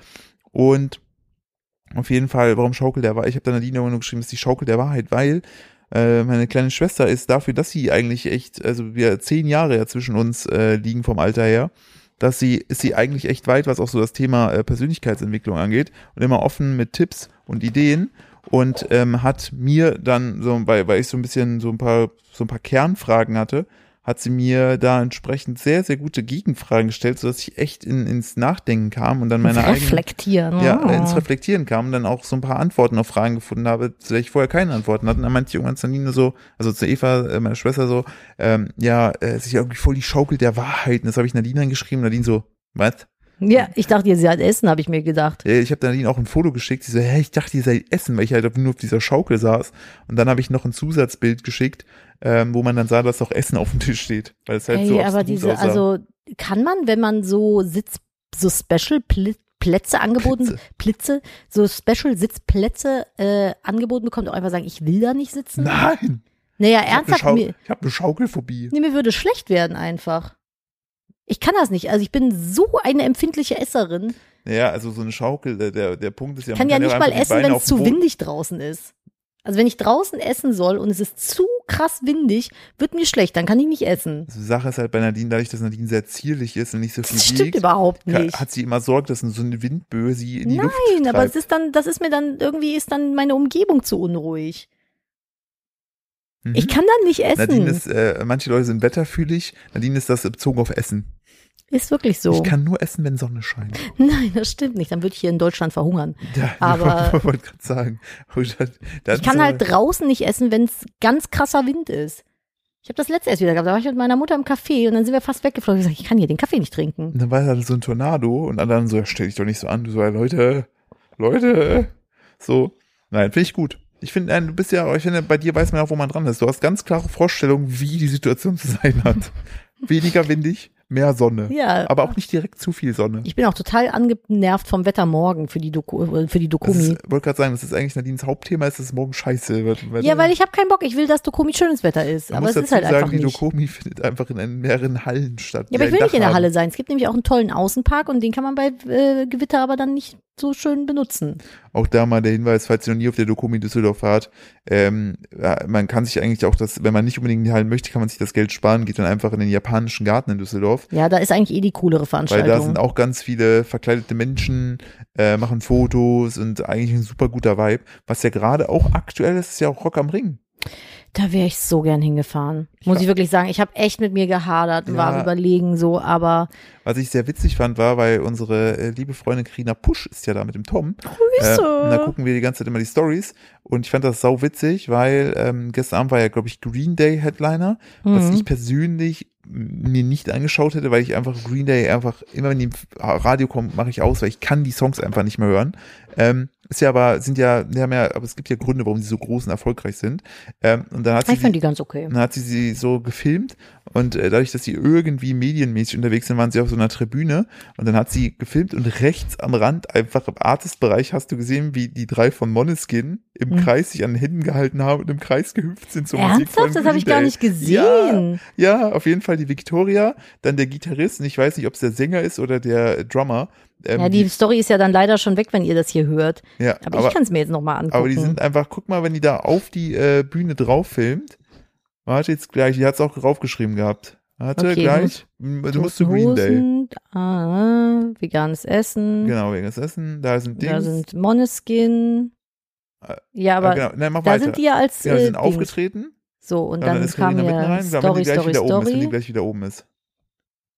Speaker 1: Und auf jeden Fall, warum Schaukel der Wahrheit? Ich habe dann Nadine irgendwann geschrieben, es ist die Schaukel der Wahrheit, weil äh, meine kleine Schwester ist dafür, dass sie eigentlich echt, also wir zehn Jahre ja zwischen uns äh, liegen vom Alter her, dass sie, ist sie eigentlich echt weit, was auch so das Thema äh, Persönlichkeitsentwicklung angeht und immer offen mit Tipps und Ideen und ähm, hat mir dann so, weil, weil ich so ein bisschen so ein paar, so ein paar Kernfragen hatte, hat sie mir da entsprechend sehr, sehr gute Gegenfragen gestellt, sodass ich echt in, ins Nachdenken kam und dann meine eigenen
Speaker 2: Reflektieren.
Speaker 1: ja,
Speaker 2: Oh.
Speaker 1: ins Reflektieren kam und dann auch so ein paar Antworten auf Fragen gefunden habe, zu der ich vorher keine Antworten hatte. Und dann meinte ich irgendwann zu Nina so, also zu Eva, äh, meiner Schwester so, ähm, ja, äh, es ist ja irgendwie voll die Schaukel der Wahrheit. Und das habe ich Nadine angeschrieben. Nadine so, was?
Speaker 2: ja, ich dachte, ihr seid Essen, habe ich mir gedacht.
Speaker 1: Äh, Ich habe Nadine auch ein Foto geschickt. Sie so, hä, ich dachte, ihr seid Essen, weil ich halt nur auf dieser Schaukel saß. Und dann habe ich noch ein Zusatzbild geschickt, ähm, wo man dann sah, dass auch Essen auf dem Tisch steht. Weil es halt
Speaker 2: ey,
Speaker 1: so
Speaker 2: aber
Speaker 1: abstrus
Speaker 2: diese,
Speaker 1: aussah.
Speaker 2: also kann man, wenn man so Sitz, so Special Pl- Plätze angeboten, Plitze, so Special Sitzplätze äh, angeboten bekommt, auch einfach sagen, ich will da nicht sitzen?
Speaker 1: Nein,
Speaker 2: Naja,
Speaker 1: ich habe eine,
Speaker 2: ernsthaft,
Speaker 1: Schau
Speaker 2: mir,
Speaker 1: ich hab eine Schaukelphobie.
Speaker 2: nee, mir würde schlecht werden einfach. Ich kann das nicht. Also ich bin so eine empfindliche Esserin.
Speaker 1: Ja, also so eine Schaukel, der- der, der Punkt ist ja,
Speaker 2: Ich
Speaker 1: man
Speaker 2: kann ja
Speaker 1: auch
Speaker 2: nicht mal
Speaker 1: einfach die
Speaker 2: essen,
Speaker 1: Beine
Speaker 2: wenn
Speaker 1: auf
Speaker 2: es
Speaker 1: den
Speaker 2: zu
Speaker 1: Boden-
Speaker 2: windig draußen ist. Also wenn ich draußen essen soll und es ist zu krass windig, wird mir schlecht, dann kann ich nicht essen.
Speaker 1: Also die Sache ist halt bei Nadine, dadurch, dass Nadine sehr zierlich ist und nicht so viel
Speaker 2: Das stimmt
Speaker 1: wiegt,
Speaker 2: überhaupt
Speaker 1: ka-
Speaker 2: nicht.
Speaker 1: hat sie immer Sorge, dass so eine Windböe sie in die Luft
Speaker 2: Nein, aber es
Speaker 1: treibt.
Speaker 2: ist dann, das ist mir dann, irgendwie ist dann meine Umgebung zu unruhig.
Speaker 1: Mhm.
Speaker 2: Ich kann dann nicht essen.
Speaker 1: Nadine
Speaker 2: Ist,
Speaker 1: ist, äh, manche Leute sind wetterfühlig, Nadine ist das bezogen auf Essen.
Speaker 2: wirklich so.
Speaker 1: Ich kann nur essen, wenn Sonne scheint.
Speaker 2: Nein, das stimmt nicht. Dann würde ich hier in Deutschland verhungern.
Speaker 1: Ja,
Speaker 2: Aber-
Speaker 1: ich wollte gerade sagen. Und dann- dann
Speaker 2: Ich kann
Speaker 1: so-
Speaker 2: halt draußen nicht essen, wenn es ganz krasser Wind ist. Ich habe das letzte erst wieder gehabt. Da war ich mit meiner Mutter im Café und dann sind wir fast weggeflogen. Ich hab gesagt, ich kann hier den Kaffee nicht trinken.
Speaker 1: Und dann war da so ein Tornado und alle anderen so, ja, stell dich doch nicht so an. Du so, ja, Leute, Leute. So. Nein, finde ich gut. Ich finde, nein, du bist ja, ich finde, bei dir weiß man auch, wo man dran ist. Du hast ganz klare Vorstellungen, wie die Situation zu sein hat. Weniger windig, mehr Sonne.
Speaker 2: Ja.
Speaker 1: Aber auch nicht direkt zu viel Sonne.
Speaker 2: Ich bin auch total angenervt vom Wetter morgen für die Doku, äh, für die
Speaker 1: Ich
Speaker 2: Dokumi.
Speaker 1: wollte gerade sagen, das ist eigentlich Nadines Hauptthema, es ist morgen scheiße. Wird, wird-
Speaker 2: Ja, weil ich habe keinen Bock. Ich will, dass Dokomi schönes Wetter ist.
Speaker 1: äh, Man
Speaker 2: aber
Speaker 1: muss
Speaker 2: es ist
Speaker 1: dazu
Speaker 2: halt
Speaker 1: sagen,
Speaker 2: einfach
Speaker 1: die
Speaker 2: nicht.
Speaker 1: Dokomi findet einfach in einen- mehreren Hallen statt.
Speaker 2: Ja,
Speaker 1: die
Speaker 2: aber ich
Speaker 1: ein
Speaker 2: will nicht
Speaker 1: Dach
Speaker 2: in der
Speaker 1: haben.
Speaker 2: Halle sein. Es gibt nämlich auch einen tollen Außenpark und den kann man bei äh, Gewitter aber dann nicht so schön benutzen.
Speaker 1: Auch da mal der Hinweis, falls ihr noch nie auf der Dokumi Düsseldorf wart, ähm, ja, man kann sich eigentlich auch das, wenn man nicht unbedingt in die Hallen möchte, kann man sich das Geld sparen, geht dann einfach in den japanischen Garten in Düsseldorf,
Speaker 2: Ja, da ist eigentlich eh die coolere
Speaker 1: weil da
Speaker 2: Veranstaltung.
Speaker 1: sind auch ganz viele verkleidete Menschen, äh, machen Fotos und eigentlich ein super guter Vibe. Was ja gerade auch aktuell ist, ist ja auch Rock am Ring.
Speaker 2: da wäre ich so gern hingefahren. Muss
Speaker 1: Ja.
Speaker 2: ich wirklich sagen. Ich habe echt mit mir gehadert und war
Speaker 1: Ja.
Speaker 2: am überlegen so, aber
Speaker 1: Was ich sehr witzig fand, war, weil unsere äh, liebe Freundin Karina Pusch ist ja da mit dem Tom.
Speaker 2: Grüße!
Speaker 1: Äh, und da gucken wir die ganze Zeit immer die Stories. Und ich fand das sau witzig, weil ähm, gestern Abend war ja, glaube ich, Green Day Headliner, was
Speaker 2: Mhm.
Speaker 1: ich persönlich m- mir nicht angeschaut hätte, weil ich einfach Green Day einfach immer, wenn die im Radio kommen, mache ich aus, weil ich kann die Songs einfach nicht mehr hören. Ähm, Ist ja aber, sind ja, die haben ja, aber es gibt ja Gründe, warum sie so groß und erfolgreich sind. Ähm, und dann hat sie
Speaker 2: Ich finde
Speaker 1: sie,
Speaker 2: die ganz okay.
Speaker 1: dann hat sie sie so gefilmt und äh, dadurch, dass sie irgendwie medienmäßig unterwegs sind, waren sie auf so einer Tribüne und dann hat sie gefilmt und rechts am Rand, einfach im Artist-Bereich, hast du gesehen, wie die drei von Moneskin im
Speaker 2: Mhm.
Speaker 1: Kreis sich an den Händen gehalten haben und im Kreis gehüpft sind. zur Musik von
Speaker 2: Ernsthaft? Das habe ich
Speaker 1: Green
Speaker 2: gar
Speaker 1: Day.
Speaker 2: nicht gesehen.
Speaker 1: Ja, auf jeden Fall die Victoria, dann der Gitarrist, und ich weiß nicht, ob es der Sänger ist oder der Drummer. Ähm,
Speaker 2: Ja, die Story ist ja dann leider schon weg, wenn ihr das hier hört.
Speaker 1: ja,
Speaker 2: Aber,
Speaker 1: aber,
Speaker 2: ich kann es mir jetzt nochmal angucken.
Speaker 1: aber die sind einfach, guck mal, wenn die da auf die äh, Bühne drauf filmt. Warte jetzt gleich, die hat es auch draufgeschrieben gehabt. Warte
Speaker 2: Okay,
Speaker 1: gleich. M- Du musst zu Green Day.
Speaker 2: Hosen, Ah, veganes Essen.
Speaker 1: Genau, wegen das Essen, da sind Dings.
Speaker 2: Da sind Moneskin.
Speaker 1: Äh,
Speaker 2: Ja, aber
Speaker 1: ah, genau. Nein, mach
Speaker 2: da
Speaker 1: weiter.
Speaker 2: sind die ja als
Speaker 1: genau,
Speaker 2: äh,
Speaker 1: die sind
Speaker 2: Dings.
Speaker 1: aufgetreten.
Speaker 2: So, und
Speaker 1: Und
Speaker 2: dann,
Speaker 1: dann ist
Speaker 2: kam
Speaker 1: Karina mitten
Speaker 2: ja
Speaker 1: rein. Story, wenn die
Speaker 2: Story,
Speaker 1: gleich
Speaker 2: Story,
Speaker 1: wieder oben ist, wenn die
Speaker 2: Story.
Speaker 1: gleich wieder oben ist.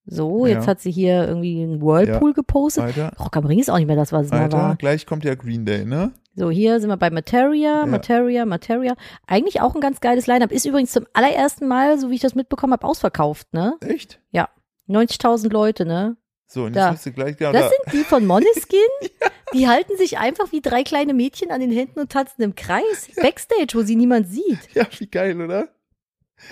Speaker 2: So, jetzt
Speaker 1: Ja.
Speaker 2: hat sie hier irgendwie einen Whirlpool gepostet.
Speaker 1: Weiter,
Speaker 2: Rock am Ring ist auch nicht mehr das, was es mal
Speaker 1: weiter.
Speaker 2: war.
Speaker 1: Gleich kommt ja Green Day, ne?
Speaker 2: So, hier sind wir bei Materia,
Speaker 1: Ja.
Speaker 2: Materia, Materia. Eigentlich auch ein ganz geiles Line-Up. Ist übrigens zum allerersten Mal, so wie ich das mitbekommen habe, ausverkauft, ne?
Speaker 1: Echt?
Speaker 2: 90.000 Leute, ne?
Speaker 1: So, und
Speaker 2: Da.
Speaker 1: jetzt müsste gleich, genau, da.
Speaker 2: Das sind die von Moneskin. Die halten sich einfach wie drei kleine Mädchen an den Händen und tanzen im Kreis. Backstage, wo sie niemand sieht.
Speaker 1: Ja, wie geil, oder?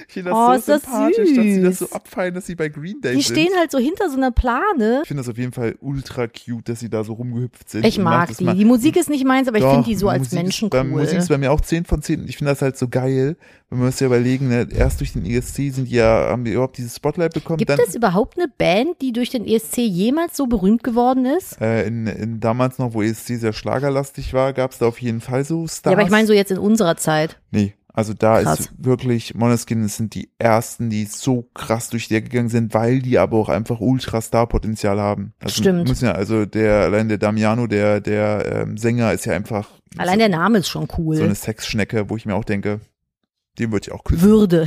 Speaker 1: Ich finde das
Speaker 2: Oh,
Speaker 1: so
Speaker 2: ist das
Speaker 1: sympathisch, dass sie das so
Speaker 2: süß.
Speaker 1: abfeiern, dass sie bei Green Day
Speaker 2: Die
Speaker 1: sind.
Speaker 2: stehen halt so hinter so einer Plane.
Speaker 1: ich finde das auf jeden Fall ultra cute, dass sie da so rumgehüpft sind.
Speaker 2: Ich
Speaker 1: Und
Speaker 2: mag
Speaker 1: das
Speaker 2: die.
Speaker 1: mal-
Speaker 2: Die Musik ist nicht meins, aber ich
Speaker 1: Doch,
Speaker 2: finde die so als
Speaker 1: Musik
Speaker 2: Menschen
Speaker 1: ist, bei-
Speaker 2: cool.
Speaker 1: Musik ist bei mir auch 10 von 10. Ich finde das halt so geil. Wenn wir uns ja überlegen, ne, erst durch den ESC sind die ja, haben die überhaupt dieses Spotlight bekommen.
Speaker 2: Gibt
Speaker 1: dann,
Speaker 2: es überhaupt eine Band, die durch den ESC jemals so berühmt geworden ist?
Speaker 1: Äh, in, in damals noch, wo ESC sehr schlagerlastig war, gab es da auf jeden Fall so Stars.
Speaker 2: Ja, aber ich meine so jetzt in unserer Zeit.
Speaker 1: Nee, also da
Speaker 2: Krass.
Speaker 1: ist wirklich, Moneskin sind die ersten, die so krass durch die Decke gegangen sind, weil die aber auch einfach Ultra-Star-Potenzial haben. Also
Speaker 2: Stimmt.
Speaker 1: Müssen ja, also der, allein der Damiano, der, der ähm, Sänger ist ja einfach
Speaker 2: Allein der Name ist schon
Speaker 1: so, so eine
Speaker 2: cool.
Speaker 1: Sexschnecke, wo ich mir auch denke, den würde ich auch küssen.
Speaker 2: Würde.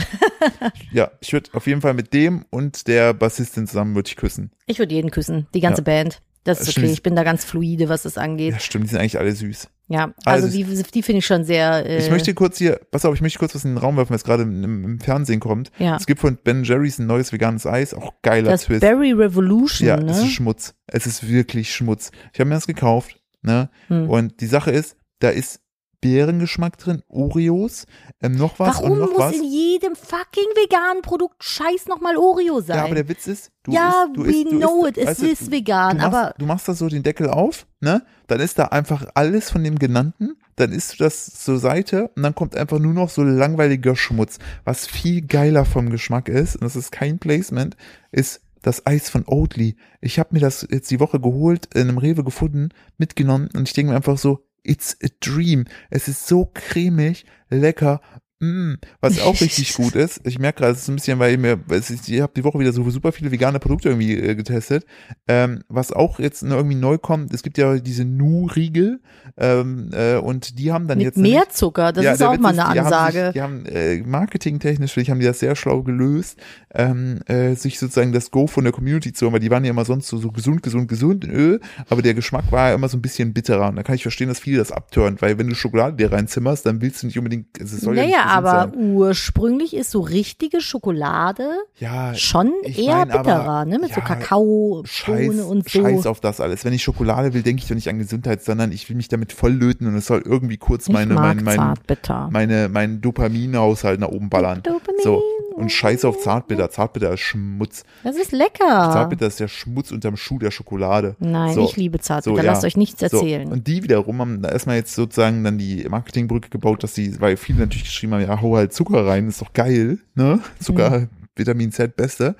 Speaker 1: Ja, ich würde auf jeden Fall mit dem und der Bassistin zusammen würde ich küssen.
Speaker 2: Ich würde jeden küssen, die ganze
Speaker 1: Ja.
Speaker 2: Band. Das ist
Speaker 1: Das
Speaker 2: okay,
Speaker 1: stimmt.
Speaker 2: ich bin da ganz fluide, was das angeht.
Speaker 1: Ja, stimmt, die sind eigentlich alle süß.
Speaker 2: Ja,
Speaker 1: Also
Speaker 2: also,
Speaker 1: es-
Speaker 2: die, die finde ich schon sehr. Äh,
Speaker 1: Ich möchte kurz hier, pass auf, ich möchte kurz was in den Raum werfen, was gerade im, im im Fernsehen kommt.
Speaker 2: Ja.
Speaker 1: Es gibt von Ben Jerry's ein neues veganes Eis, auch geiler
Speaker 2: das
Speaker 1: Twist.
Speaker 2: Berry Revolution,
Speaker 1: Ja, es ist
Speaker 2: ne?
Speaker 1: Schmutz. Es ist wirklich Schmutz. Ich habe mir das gekauft, ne?
Speaker 2: Hm.
Speaker 1: Und die Sache ist, da ist Beerengeschmack drin, Oreos, ähm, noch was
Speaker 2: Warum
Speaker 1: und noch
Speaker 2: muss
Speaker 1: was.
Speaker 2: in jedem fucking veganen Produkt scheiß nochmal Oreo sein?
Speaker 1: Ja, aber der Witz ist, du
Speaker 2: Ja,
Speaker 1: isst, du
Speaker 2: we
Speaker 1: isst, du
Speaker 2: know
Speaker 1: isst,
Speaker 2: it, es
Speaker 1: weißt du,
Speaker 2: ist vegan,
Speaker 1: du machst,
Speaker 2: aber
Speaker 1: du machst da so den Deckel auf, ne? Dann ist da einfach alles von dem genannten, dann isst du das zur Seite und dann kommt einfach nur noch so langweiliger Schmutz, was viel geiler vom Geschmack ist und das ist kein Placement, ist das Eis von Oatly. Ich habe mir das jetzt die Woche geholt, in einem Rewe gefunden, mitgenommen und ich denke mir einfach so, it's a dream. Es ist so cremig, lecker. Mm, was auch richtig gut ist, ich merke gerade, es ist ein bisschen, weil ich mir, es ist- ich habe die Woche wieder so super viele vegane Produkte irgendwie äh, getestet. Ähm, was auch jetzt noch irgendwie neu kommt, es gibt ja diese Nu-Riegel ähm, äh, und die haben dann
Speaker 2: mit
Speaker 1: jetzt.
Speaker 2: mehr
Speaker 1: nämlich-
Speaker 2: Zucker, das
Speaker 1: Ja,
Speaker 2: ist
Speaker 1: der
Speaker 2: auch
Speaker 1: Witz
Speaker 2: mal eine
Speaker 1: die
Speaker 2: Ansage.
Speaker 1: Haben sich, die haben äh, marketingtechnisch, finde ich, haben die das sehr schlau gelöst, ähm, äh, sich sozusagen das Go von der Community zu holen, weil die waren ja immer sonst so, so gesund, gesund, gesund in Öl, aber der Geschmack war ja immer so ein bisschen bitterer. Und da kann ich verstehen, dass viele das abtönt, weil wenn du Schokolade dir reinzimmerst, dann willst du nicht unbedingt. also Es soll ja,
Speaker 2: naja,
Speaker 1: nicht gesund
Speaker 2: aber
Speaker 1: sein.
Speaker 2: ursprünglich ist so richtige Schokolade
Speaker 1: Ja,
Speaker 2: schon
Speaker 1: Äh, ich
Speaker 2: eher
Speaker 1: mein aber,
Speaker 2: bitterer, ne? Mit so
Speaker 1: ja,
Speaker 2: Kakao,
Speaker 1: Scheiß,
Speaker 2: Schone und so.
Speaker 1: Scheiß auf das alles. Wenn ich Schokolade will, denke ich doch nicht an Gesundheit, sondern ich will mich damit volllöten und es soll irgendwie kurz
Speaker 2: ich
Speaker 1: meine,
Speaker 2: mag
Speaker 1: mein, mein,
Speaker 2: Zartbitter.
Speaker 1: meine, meinen Dopaminhaushalt nach oben ballern.
Speaker 2: Dopamin.
Speaker 1: So. Und scheiß auf Zartbitter. Zartbitter ist Schmutz.
Speaker 2: das ist lecker.
Speaker 1: Zartbitter ist der Schmutz unterm Schuh der Schokolade.
Speaker 2: Nein,
Speaker 1: so.
Speaker 2: ich liebe Zartbitter.
Speaker 1: So, ja.
Speaker 2: Also Lasst euch nichts erzählen.
Speaker 1: So. Und die wiederum haben da erstmal jetzt sozusagen dann die Marketingbrücke gebaut, dass sie, weil viele natürlich geschrieben haben, ja, hau halt Zucker rein, ist doch geil, ne?
Speaker 2: Mhm.
Speaker 1: Zucker, Vitamin Z, beste.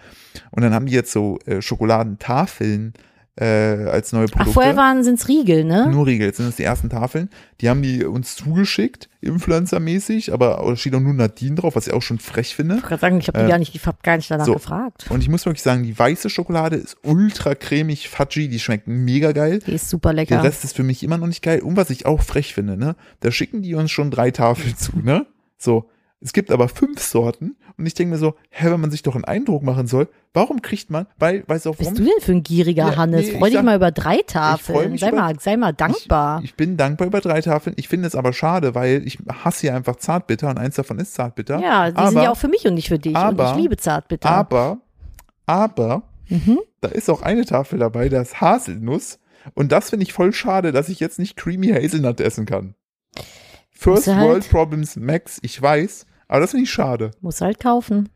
Speaker 1: Und dann haben die jetzt so äh, Schokoladentafeln äh, als neue
Speaker 2: Ach,
Speaker 1: Produkte.
Speaker 2: vorher waren sind's Riegel, ne?
Speaker 1: Nur Riegel, jetzt sind es die ersten Tafeln. Die haben die uns zugeschickt, Influencer-mäßig, aber da steht auch nur Nadine drauf, was ich auch schon frech finde.
Speaker 2: Ich wollte gerade sagen, ich habe
Speaker 1: Äh,
Speaker 2: gar nicht, ich habe gar nicht danach
Speaker 1: so.
Speaker 2: gefragt.
Speaker 1: Und ich muss wirklich sagen, die weiße Schokolade ist ultra cremig, fudgy, die schmeckt mega geil.
Speaker 2: Die ist super lecker.
Speaker 1: Der Rest ist für mich immer noch nicht geil. Und was ich auch frech finde, ne? Da schicken die uns schon drei Tafeln zu, ne? So. Es gibt aber fünf Sorten. Und ich denke mir so, hä, wenn man sich doch einen Eindruck machen soll, warum kriegt man, weil, weißt du auch, warum?
Speaker 2: Bist du denn für ein gieriger
Speaker 1: Ja,
Speaker 2: Hannes?
Speaker 1: nee, ich
Speaker 2: Freu dich
Speaker 1: sag-
Speaker 2: mal über drei
Speaker 1: freu
Speaker 2: Tafeln.
Speaker 1: mich
Speaker 2: Sei
Speaker 1: über-
Speaker 2: mal, sei mal dankbar.
Speaker 1: Ich, ich bin dankbar über drei Tafeln. Ich finde es aber schade, weil ich hasse ja einfach Zartbitter und eins davon ist Zartbitter.
Speaker 2: ja, die
Speaker 1: aber,
Speaker 2: sind ja auch für mich und nicht für dich. und
Speaker 1: aber-
Speaker 2: ich liebe Zartbitter. Mhm.
Speaker 1: Aber, aber, da ist auch eine Tafel dabei, da ist Haselnuss. Und das finde ich voll schade, dass ich jetzt nicht Creamy Hazelnut essen kann. First
Speaker 2: halt-
Speaker 1: World Problems Max, ich weiß, aber das finde ich schade.
Speaker 2: Muss halt kaufen.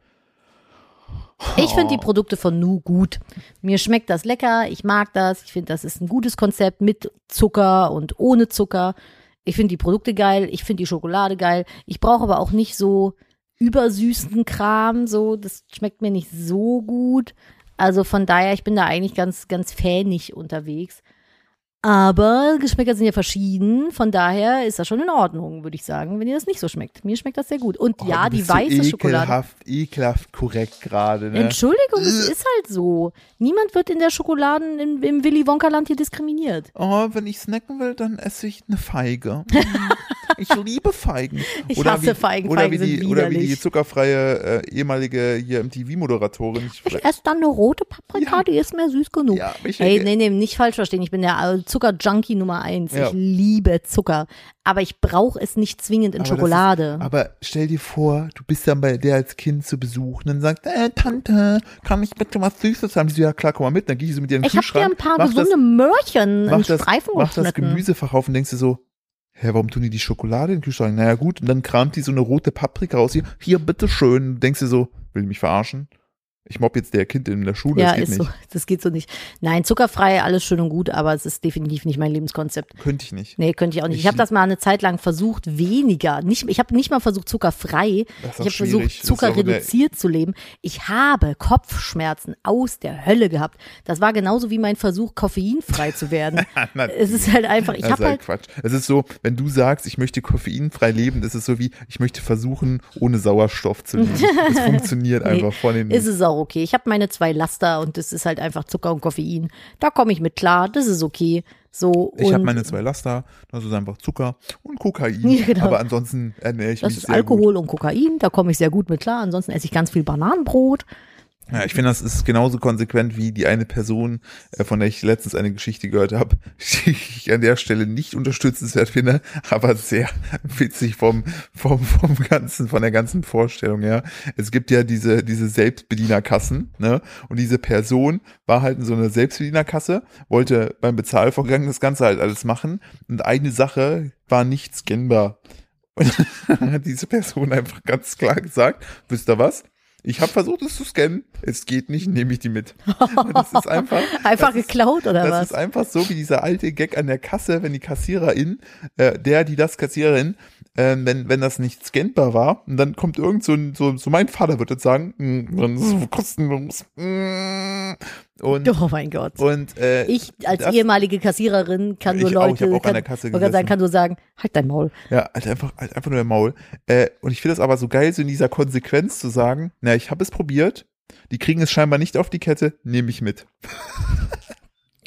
Speaker 2: Ich finde
Speaker 1: Oh.
Speaker 2: die Produkte von Nu gut. Mir schmeckt das lecker, ich mag das, ich finde, das ist ein gutes Konzept mit Zucker und ohne Zucker. Ich finde die Produkte geil, ich finde die Schokolade geil. Ich brauche aber auch nicht so übersüßen Kram, so, das schmeckt mir nicht so gut. Also von daher, ich bin da eigentlich ganz, ganz fähnig unterwegs. Aber Geschmäcker sind ja verschieden, von daher ist das schon in Ordnung, würde ich sagen, wenn ihr das nicht so schmeckt. Mir schmeckt das sehr gut. Und
Speaker 1: Oh,
Speaker 2: ja,
Speaker 1: du
Speaker 2: die
Speaker 1: bist so
Speaker 2: weiße Schokolade.
Speaker 1: Ekelhaft, ekelhaft korrekt gerade, ne?
Speaker 2: Entschuldigung, es ist halt so. Niemand wird in der Schokoladen im, im Willy Wonka Land hier diskriminiert.
Speaker 1: Oh, wenn ich snacken will, dann esse ich eine Feige. Hm, Ich liebe Feigen.
Speaker 2: Ich hasse Feigen.
Speaker 1: Oder wie,
Speaker 2: Feigen
Speaker 1: die,
Speaker 2: sind
Speaker 1: oder wie die
Speaker 2: widerlich.
Speaker 1: zuckerfreie äh, ehemalige hier MTV-Moderatorin.
Speaker 2: Ich esse dann eine rote Paprika,
Speaker 1: Ja.
Speaker 2: die ist mir süß genug.
Speaker 1: Ja, ich-
Speaker 2: Ey, nee, nee, nicht falsch verstehen. Ich bin der äh, Zucker-Junkie Nummer eins.
Speaker 1: Ja.
Speaker 2: Ich liebe Zucker. Aber ich brauche es nicht zwingend in
Speaker 1: Aber das
Speaker 2: Schokolade.
Speaker 1: Ist, aber stell dir vor, du bist dann bei der als Kind zu Besuch und dann sagt, äh, Tante, kann ich bitte was Süßes haben? Die so, ja klar, komm mal mit. Dann gehe ich so mit dir in den
Speaker 2: ich habe dir
Speaker 1: Kühlschrank.
Speaker 2: ein paar
Speaker 1: mach
Speaker 2: gesunde Möhrchen in
Speaker 1: das, mach das,
Speaker 2: Streifen
Speaker 1: mach das
Speaker 2: geschnitten.
Speaker 1: Gemüsefach auf und denkst dir so, hä, warum tun die die Schokolade in den Kühlschrank? Naja gut, und dann kramt die so eine rote Paprika raus. Hier, hier bitteschön. Und Denkst dir so, will die mich verarschen? Ich mobb jetzt der Kind in der Schule,
Speaker 2: ja,
Speaker 1: das geht
Speaker 2: ist
Speaker 1: nicht.
Speaker 2: so. Das geht so nicht. Nein, zuckerfrei, alles schön und gut, aber es ist definitiv nicht mein Lebenskonzept.
Speaker 1: Könnte ich nicht.
Speaker 2: Nee, könnte ich auch nicht. Ich,
Speaker 1: Ich-
Speaker 2: habe das mal eine Zeit lang versucht, weniger. Nicht, ich habe nicht mal versucht, zuckerfrei.
Speaker 1: Das ist auch
Speaker 2: Ich habe versucht,
Speaker 1: schwierig. Das ist
Speaker 2: Zucker
Speaker 1: auch in der-
Speaker 2: reduziert zu leben. Ich habe Kopfschmerzen aus der Hölle gehabt. Das war genauso wie mein Versuch, koffeinfrei zu werden. es ist halt einfach, ich
Speaker 1: Das ist
Speaker 2: habe
Speaker 1: halt
Speaker 2: halt,
Speaker 1: Quatsch. Es ist so, wenn du sagst, ich möchte koffeinfrei leben, das ist so wie, ich möchte versuchen, ohne Sauerstoff zu leben. Das funktioniert
Speaker 2: Nee,
Speaker 1: einfach von den
Speaker 2: ist es auch okay. Ich habe meine zwei Laster und das ist halt einfach Zucker und Koffein. Da komme ich mit klar, das ist okay. So,
Speaker 1: Ich habe
Speaker 2: und
Speaker 1: meine zwei Laster, das ist einfach Zucker und Kokain.
Speaker 2: Ja, genau.
Speaker 1: Aber ansonsten ernähre ich
Speaker 2: das
Speaker 1: mich
Speaker 2: ist
Speaker 1: sehr
Speaker 2: Alkohol und Kokain, da komme ich sehr gut mit klar. Ansonsten esse ich ganz viel Bananenbrot.
Speaker 1: Gut. Ja, ich finde, das ist genauso konsequent wie die eine Person, äh, von der ich letztens eine Geschichte gehört habe, die ich an der Stelle nicht unterstützenswert finde, aber sehr witzig vom, vom, vom ganzen, von der ganzen Vorstellung, ja. Es gibt ja diese, diese Selbstbedienerkassen, ne? Und diese Person war halt in so einer Selbstbedienerkasse, wollte beim Bezahlvorgang das Ganze halt alles machen und eine Sache war nicht scannbar. Und hat diese Person einfach ganz klar gesagt, wisst ihr was? Ich habe versucht, es zu scannen. Es geht nicht, nehme ich die mit. Und Das ist einfach,
Speaker 2: Einfach
Speaker 1: das ist-
Speaker 2: geklaut oder
Speaker 1: das
Speaker 2: was?
Speaker 1: ist einfach so wie dieser alte Gag an der Kasse, wenn die Kassiererin, äh, der, die das Kassiererin, äh, wenn, wenn das nicht scannbar war, und dann kommt irgend so, ein- so, so mein Vater würde jetzt sagen, "Mm, dann ist es kostenlos. Mm." Und,
Speaker 2: Oh mein Gott.
Speaker 1: und äh,
Speaker 2: Ich als
Speaker 1: das-
Speaker 2: ehemalige Kassiererin kann
Speaker 1: Ich
Speaker 2: nur
Speaker 1: auch, ich
Speaker 2: Leute,
Speaker 1: hab auch an
Speaker 2: kann,
Speaker 1: der Kasse
Speaker 2: wollte gerade sagen,
Speaker 1: gesessen.
Speaker 2: kann nur sagen, halt dein Maul.
Speaker 1: Ja, halt einfach, halt einfach nur der Maul. Äh, und ich finde das aber so geil, so in dieser Konsequenz zu sagen, na, ich habe es probiert, die kriegen es scheinbar nicht auf die Kette, nehme ich mit.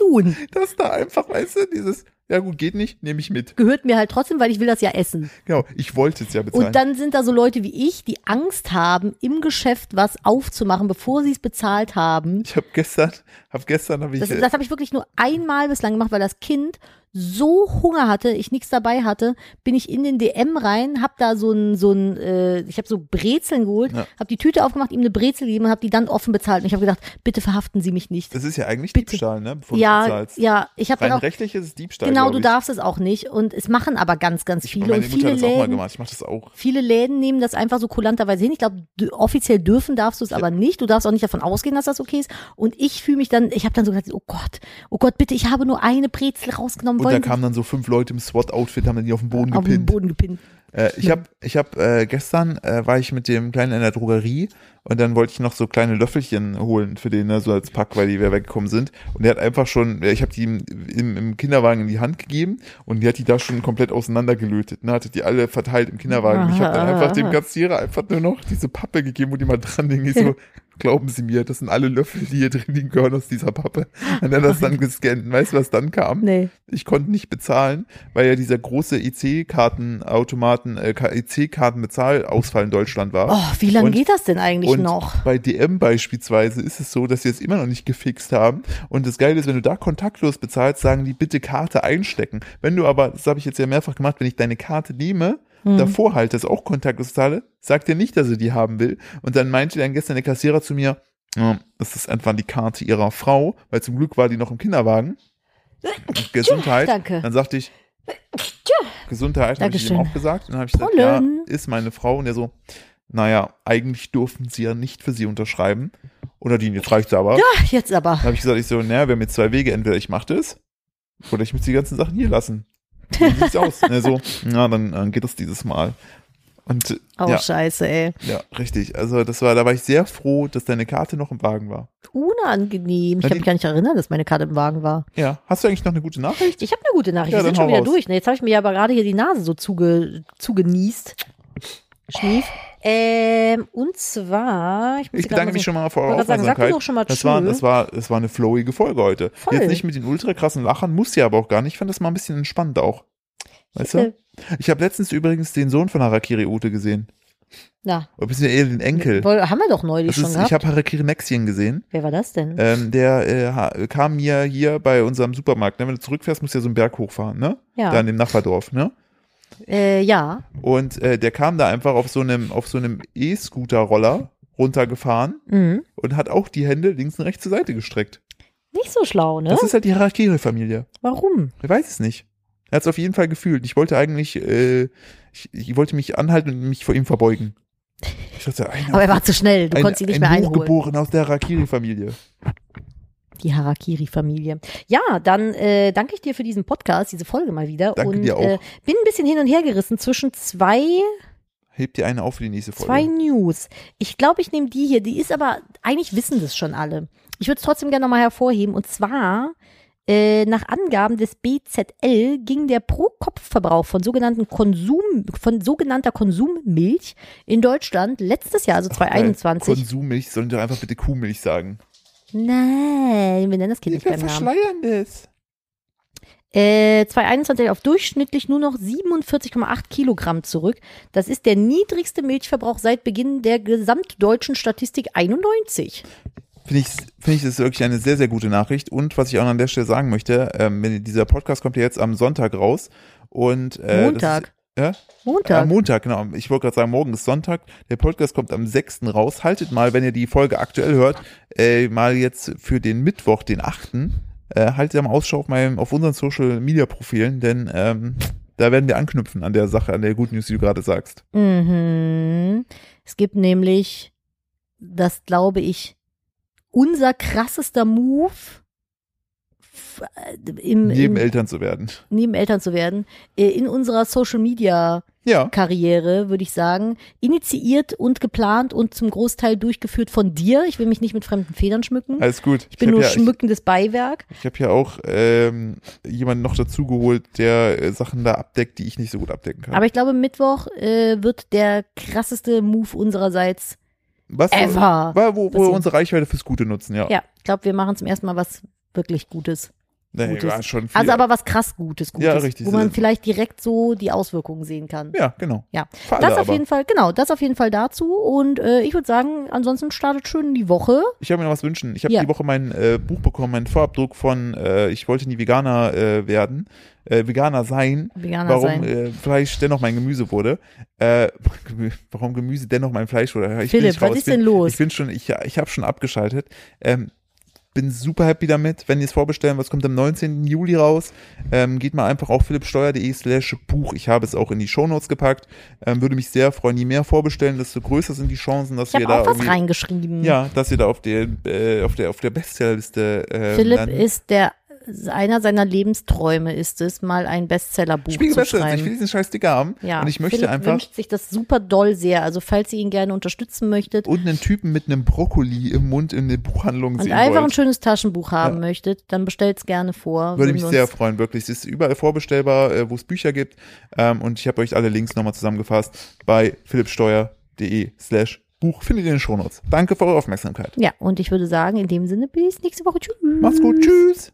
Speaker 2: Nun,
Speaker 1: Dass da einfach, weißt du, dieses, ja gut, geht nicht, nehme ich mit.
Speaker 2: gehört mir halt trotzdem, weil ich will das ja essen.
Speaker 1: Genau, ich wollte es ja bezahlen.
Speaker 2: Und dann sind da so Leute wie ich, die Angst haben, im Geschäft was aufzumachen, bevor sie es bezahlt haben.
Speaker 1: ich habe gestern, hab gestern habe ich,
Speaker 2: Das,
Speaker 1: äh,
Speaker 2: das habe ich wirklich nur einmal bislang gemacht, weil das Kind so Hunger hatte, ich nichts dabei hatte, bin ich in den DM rein, hab da so ein, so ein, äh, ich habe so Brezeln geholt,
Speaker 1: Ja.
Speaker 2: hab die Tüte aufgemacht, ihm eine Brezel gegeben und hab die dann offen bezahlt. Und ich habe gedacht, bitte verhaften Sie mich nicht.
Speaker 1: das ist ja eigentlich
Speaker 2: Bitte.
Speaker 1: Diebstahl, ne? Bevor du
Speaker 2: Ja,
Speaker 1: bezahlst.
Speaker 2: ja, ich habe
Speaker 1: Rein
Speaker 2: dann auch
Speaker 1: rechtlich ist es Diebstahl.
Speaker 2: Genau,
Speaker 1: glaub
Speaker 2: du
Speaker 1: ich.
Speaker 2: darfst es auch nicht. Und es machen aber ganz, ganz
Speaker 1: Und
Speaker 2: viele.
Speaker 1: Meine
Speaker 2: Und
Speaker 1: Mutter
Speaker 2: viele
Speaker 1: hat das auch mal
Speaker 2: Läden,
Speaker 1: gemacht. Ich mache das auch.
Speaker 2: viele Läden nehmen das einfach so kulanterweise hin. Ich glaube, d- offiziell dürfen darfst du es aber nicht. Du darfst auch nicht davon ausgehen, dass das okay ist. Und ich fühle mich dann, ich habe dann so gesagt, oh Gott, oh Gott, bitte, ich habe nur eine Brezel rausgenommen.
Speaker 1: Und da
Speaker 2: Wollen Sie
Speaker 1: kamen dann so fünf Leute im SWAT-Outfit, haben dann die auf den Boden
Speaker 2: auf den
Speaker 1: gepinnt.
Speaker 2: Boden gepinnt.
Speaker 1: Äh, ich habe ich hab, äh, gestern äh, war ich mit dem Kleinen in der Drogerie und dann wollte ich noch so kleine Löffelchen holen für den, ne, so als Pack, weil die wieder weggekommen sind. Und der hat einfach schon, ja, ich habe die ihm im, im Kinderwagen in die Hand gegeben und die hat die da schon komplett auseinandergelötet. Ne, hatte die alle verteilt im Kinderwagen. Und Ich habe dann einfach dem Kassierer einfach nur noch diese Pappe gegeben, wo die mal dran hing. Ich so, glauben Sie mir, das sind alle Löffel, die hier drin liegen, gehören aus dieser Pappe. Und dann hat das dann gescannt. Und Weißt du, was dann kam?
Speaker 2: Nee.
Speaker 1: Ich konnte nicht bezahlen, weil ja dieser große EC-Kartenautomaten, äh, EC-Kartenbezahlausfall in Deutschland war.
Speaker 2: Oh, wie lange
Speaker 1: Und-
Speaker 2: geht das denn eigentlich
Speaker 1: und
Speaker 2: noch?
Speaker 1: bei DM beispielsweise ist es so, dass sie es immer noch nicht gefixt haben. Und das Geile ist, wenn du da kontaktlos bezahlst, sagen die bitte Karte einstecken. Wenn du aber, das habe ich jetzt ja mehrfach gemacht, wenn ich deine Karte nehme,
Speaker 2: Hm.
Speaker 1: davor halte, das auch kontaktlos bezahle, sagt er nicht, dass er die haben will. Und dann meinte dann gestern der Kassierer zu mir, "Ja, das ist einfach die Karte ihrer Frau, weil zum Glück war die noch im Kinderwagen. Gesundheit.
Speaker 2: Äh, Danke. Äh,
Speaker 1: Dann sagte ich, Gesundheit, habe ich ihm
Speaker 2: Dankeschön.
Speaker 1: auch gesagt. Und dann habe ich gesagt,
Speaker 2: Prollen.
Speaker 1: ja, ist meine Frau. Und er so, naja, eigentlich durften sie ja nicht für sie unterschreiben. Und Nadine, jetzt reicht's aber.
Speaker 2: Ach, jetzt aber.
Speaker 1: Dann habe ich gesagt, ich so, naja, wir haben jetzt zwei Wege. Entweder ich mache das oder ich muss die ganzen Sachen hier lassen. Wie sieht's aus? Und er so, na, dann, dann geht das dieses Mal. Und äh,
Speaker 2: Oh,
Speaker 1: ja,
Speaker 2: scheiße, ey.
Speaker 1: ja, richtig. Also das war, da war ich sehr froh, dass deine Karte noch im Wagen war.
Speaker 2: Unangenehm. Ich
Speaker 1: Na,
Speaker 2: habe
Speaker 1: die-
Speaker 2: mich gar nicht erinnert, dass meine Karte im Wagen war.
Speaker 1: Ja, hast du eigentlich noch eine gute Nachricht?
Speaker 2: Ich habe eine gute Nachricht.
Speaker 1: Ja,
Speaker 2: wir
Speaker 1: dann
Speaker 2: sind schon
Speaker 1: hau
Speaker 2: wieder
Speaker 1: raus.
Speaker 2: durch. Ne, Jetzt habe ich mir aber gerade hier die Nase so zuge, zugenießt. Schnief. Ähm, und zwar. muss
Speaker 1: Ich
Speaker 2: hier grad
Speaker 1: bedanke
Speaker 2: mal
Speaker 1: mich
Speaker 2: so-
Speaker 1: schon mal für eure
Speaker 2: Genau, also wollte gerade sagen, sag
Speaker 1: Aufmerksamkeit.
Speaker 2: mir doch schon mal
Speaker 1: das, war,
Speaker 2: tschö.
Speaker 1: das, war, das war eine flowige Folge heute.
Speaker 2: Voll.
Speaker 1: Jetzt nicht mit den ultra krassen Lachern, muss ja aber auch gar nicht. Ich fand das mal ein bisschen entspannt auch. Weißt
Speaker 2: Äh,
Speaker 1: du? Ich habe letztens übrigens den Sohn von Harakiri Ute gesehen.
Speaker 2: Na,
Speaker 1: Oder beziehungsweise eher den Enkel.
Speaker 2: woll- haben wir doch neulich
Speaker 1: Das
Speaker 2: schon
Speaker 1: ist, ich
Speaker 2: gehabt.
Speaker 1: habe Harakiri Mexien gesehen.
Speaker 2: Wer war das denn?
Speaker 1: Ähm, der äh, ha- kam mir hier bei unserem Supermarkt. Ne? Wenn du zurückfährst, musst du ja so einen Berg hochfahren, ne?
Speaker 2: Ja.
Speaker 1: Da in dem Nachbardorf, ne?
Speaker 2: Äh, ja.
Speaker 1: Und äh, der kam da einfach auf so einem auf so einem E-Scooter-Roller runtergefahren
Speaker 2: Mhm.
Speaker 1: und hat auch die Hände links und rechts zur Seite gestreckt.
Speaker 2: Nicht so schlau, ne?
Speaker 1: Das ist halt die Harakiri-Familie.
Speaker 2: Warum?
Speaker 1: Ich weiß es nicht. Er hat es auf jeden Fall gefühlt. Ich wollte eigentlich, äh, ich, ich wollte mich anhalten und mich vor ihm verbeugen. Ich dachte, ein,
Speaker 2: Aber er war zu schnell. Du
Speaker 1: ein,
Speaker 2: konntest ihn nicht
Speaker 1: ein
Speaker 2: mehr einholen.
Speaker 1: Hochgeboren aus der Harakiri-Familie.
Speaker 2: Die Harakiri-Familie. Ja, dann äh, danke ich dir für diesen Podcast, diese Folge mal wieder.
Speaker 1: Danke
Speaker 2: und
Speaker 1: dir auch.
Speaker 2: Äh, bin ein bisschen hin und her gerissen zwischen zwei,
Speaker 1: Hebt dir eine auf für die nächste
Speaker 2: zwei
Speaker 1: Folge.
Speaker 2: News. Ich glaube, ich nehme die hier. Die ist aber, eigentlich wissen das schon alle. Ich würde es trotzdem gerne nochmal hervorheben. Und zwar, äh, nach Angaben des BZL ging der Pro-Kopf-Verbrauch von sogenannten Konsum, von sogenannter Konsummilch in Deutschland letztes Jahr, also
Speaker 1: Weil
Speaker 2: 2021.
Speaker 1: Äh, Konsummilch, sollen wir einfach bitte Kuhmilch sagen.
Speaker 2: Nein, wir nennen das Kind
Speaker 1: Wir
Speaker 2: nicht beim Namen.
Speaker 1: verschleiern das.
Speaker 2: Äh, 2021 auf durchschnittlich nur noch 47,8 Kilogramm zurück. Das ist der niedrigste Milchverbrauch seit Beginn der gesamtdeutschen Statistik 91.
Speaker 1: Finde ich, finde ich, das ist wirklich eine sehr, sehr gute Nachricht. Und was ich auch noch an der Stelle sagen möchte, ähm, wenn- dieser Podcast kommt ja jetzt am Sonntag raus. Und, äh,
Speaker 2: Montag.
Speaker 1: Das ist, ja?
Speaker 2: Montag.
Speaker 1: Am Montag, genau. Ich wollte gerade sagen, morgen ist Sonntag. Der Podcast kommt am 6. raus. Haltet mal, wenn ihr die Folge aktuell hört, äh, mal jetzt für den Mittwoch, den 8. Äh, haltet am Ausschau auf, meinem, auf unseren Social Media Profilen, denn ähm, da werden wir anknüpfen an der Sache, an der Good News, die du gerade sagst.
Speaker 2: mhm. Es gibt nämlich, das glaube ich, unser krassester Move f- äh, im,
Speaker 1: Neben
Speaker 2: im,
Speaker 1: Eltern zu werden.
Speaker 2: neben Eltern zu werden, äh, in unserer Social Media
Speaker 1: Ja,
Speaker 2: Karriere, würde ich sagen, initiiert und geplant und zum Großteil durchgeführt von dir. Ich will mich nicht mit fremden Federn schmücken.
Speaker 1: alles gut.
Speaker 2: ich bin nur
Speaker 1: ja, Also, ich,
Speaker 2: schmückendes Beiwerk.
Speaker 1: ich habe ja auch ähm, jemanden noch dazu geholt, der äh, Sachen da abdeckt, die ich nicht so gut abdecken kann.
Speaker 2: Aber ich glaube, Mittwoch äh, wird der krasseste Move unsererseits
Speaker 1: Was?
Speaker 2: ever.
Speaker 1: Wo, wo, wo wir
Speaker 2: Bisschen.
Speaker 1: unsere Reichweite fürs Gute nutzen, ja.
Speaker 2: Ja, ich glaube, wir machen zum ersten Mal was wirklich Gutes.
Speaker 1: nee,
Speaker 2: Gutes.
Speaker 1: war schon viel.
Speaker 2: Also aber was krass Gutes, Gutes,
Speaker 1: Ja, richtig.
Speaker 2: wo man vielleicht direkt so die Auswirkungen sehen kann.
Speaker 1: ja, genau.
Speaker 2: Ja,
Speaker 1: Für alle
Speaker 2: das auf
Speaker 1: aber.
Speaker 2: jeden Fall, genau, das auf jeden Fall dazu. Und äh, ich würde sagen, ansonsten startet schön in die Woche.
Speaker 1: Ich habe mir noch was wünschen. Ich habe
Speaker 2: Ja.
Speaker 1: die Woche mein äh, Buch bekommen, meinen Vorabdruck von äh, Ich wollte nie Veganer äh, werden, äh, Veganer sein,
Speaker 2: Veganer
Speaker 1: warum
Speaker 2: sein.
Speaker 1: Äh, Fleisch dennoch mein Gemüse wurde, äh, Gemü- warum Gemüse dennoch mein Fleisch wurde. Ich bin
Speaker 2: Philipp,
Speaker 1: nicht
Speaker 2: was
Speaker 1: raus.
Speaker 2: ist denn los?
Speaker 1: Ich bin schon, ich, ich habe schon abgeschaltet. Ähm, bin super happy damit. Wenn ihr es vorbestellen, was kommt am 19. Juli raus, ähm, geht mal einfach auf philippsteuer.de slash Buch. Ich habe es auch in die Shownotes gepackt. Ähm, würde mich sehr freuen, je mehr vorbestellen, desto größer sind die Chancen, dass
Speaker 2: Ich habe
Speaker 1: wir da
Speaker 2: auch was
Speaker 1: irgendwie
Speaker 2: reingeschrieben.
Speaker 1: ja, dass ihr da auf der, äh, auf der, auf der Bestsellerliste. Äh,
Speaker 2: Philipp
Speaker 1: landen.
Speaker 2: ist der, einer seiner Lebensträume ist es, mal ein Bestsellerbuch
Speaker 1: Spiegel
Speaker 2: zu
Speaker 1: Bestseller. Ich will
Speaker 2: schreiben.
Speaker 1: diesen scheiß Sticker haben.
Speaker 2: Ja,
Speaker 1: Und ich möchte
Speaker 2: Philipp
Speaker 1: einfach
Speaker 2: wünscht sich das super doll sehr. Also falls ihr ihn gerne unterstützen möchtet
Speaker 1: und einen Typen mit einem Brokkoli im Mund in eine Buchhandlung
Speaker 2: und
Speaker 1: sehen
Speaker 2: einfach ein
Speaker 1: wollt.
Speaker 2: schönes Taschenbuch haben
Speaker 1: Ja.
Speaker 2: möchtet, dann bestellt es gerne vor.
Speaker 1: Würde
Speaker 2: Würden
Speaker 1: mich
Speaker 2: wir
Speaker 1: sehr
Speaker 2: uns-
Speaker 1: freuen, wirklich. Es ist überall vorbestellbar, äh, wo es Bücher gibt. Ähm, und ich habe euch alle Links nochmal zusammengefasst bei philippsteuer.de slash Buch. Findet ihr in den Shownotes. Danke für eure Aufmerksamkeit.
Speaker 2: ja, und ich würde sagen, in dem Sinne bis nächste Woche. Tschüss.
Speaker 1: Macht's gut. Tschüss.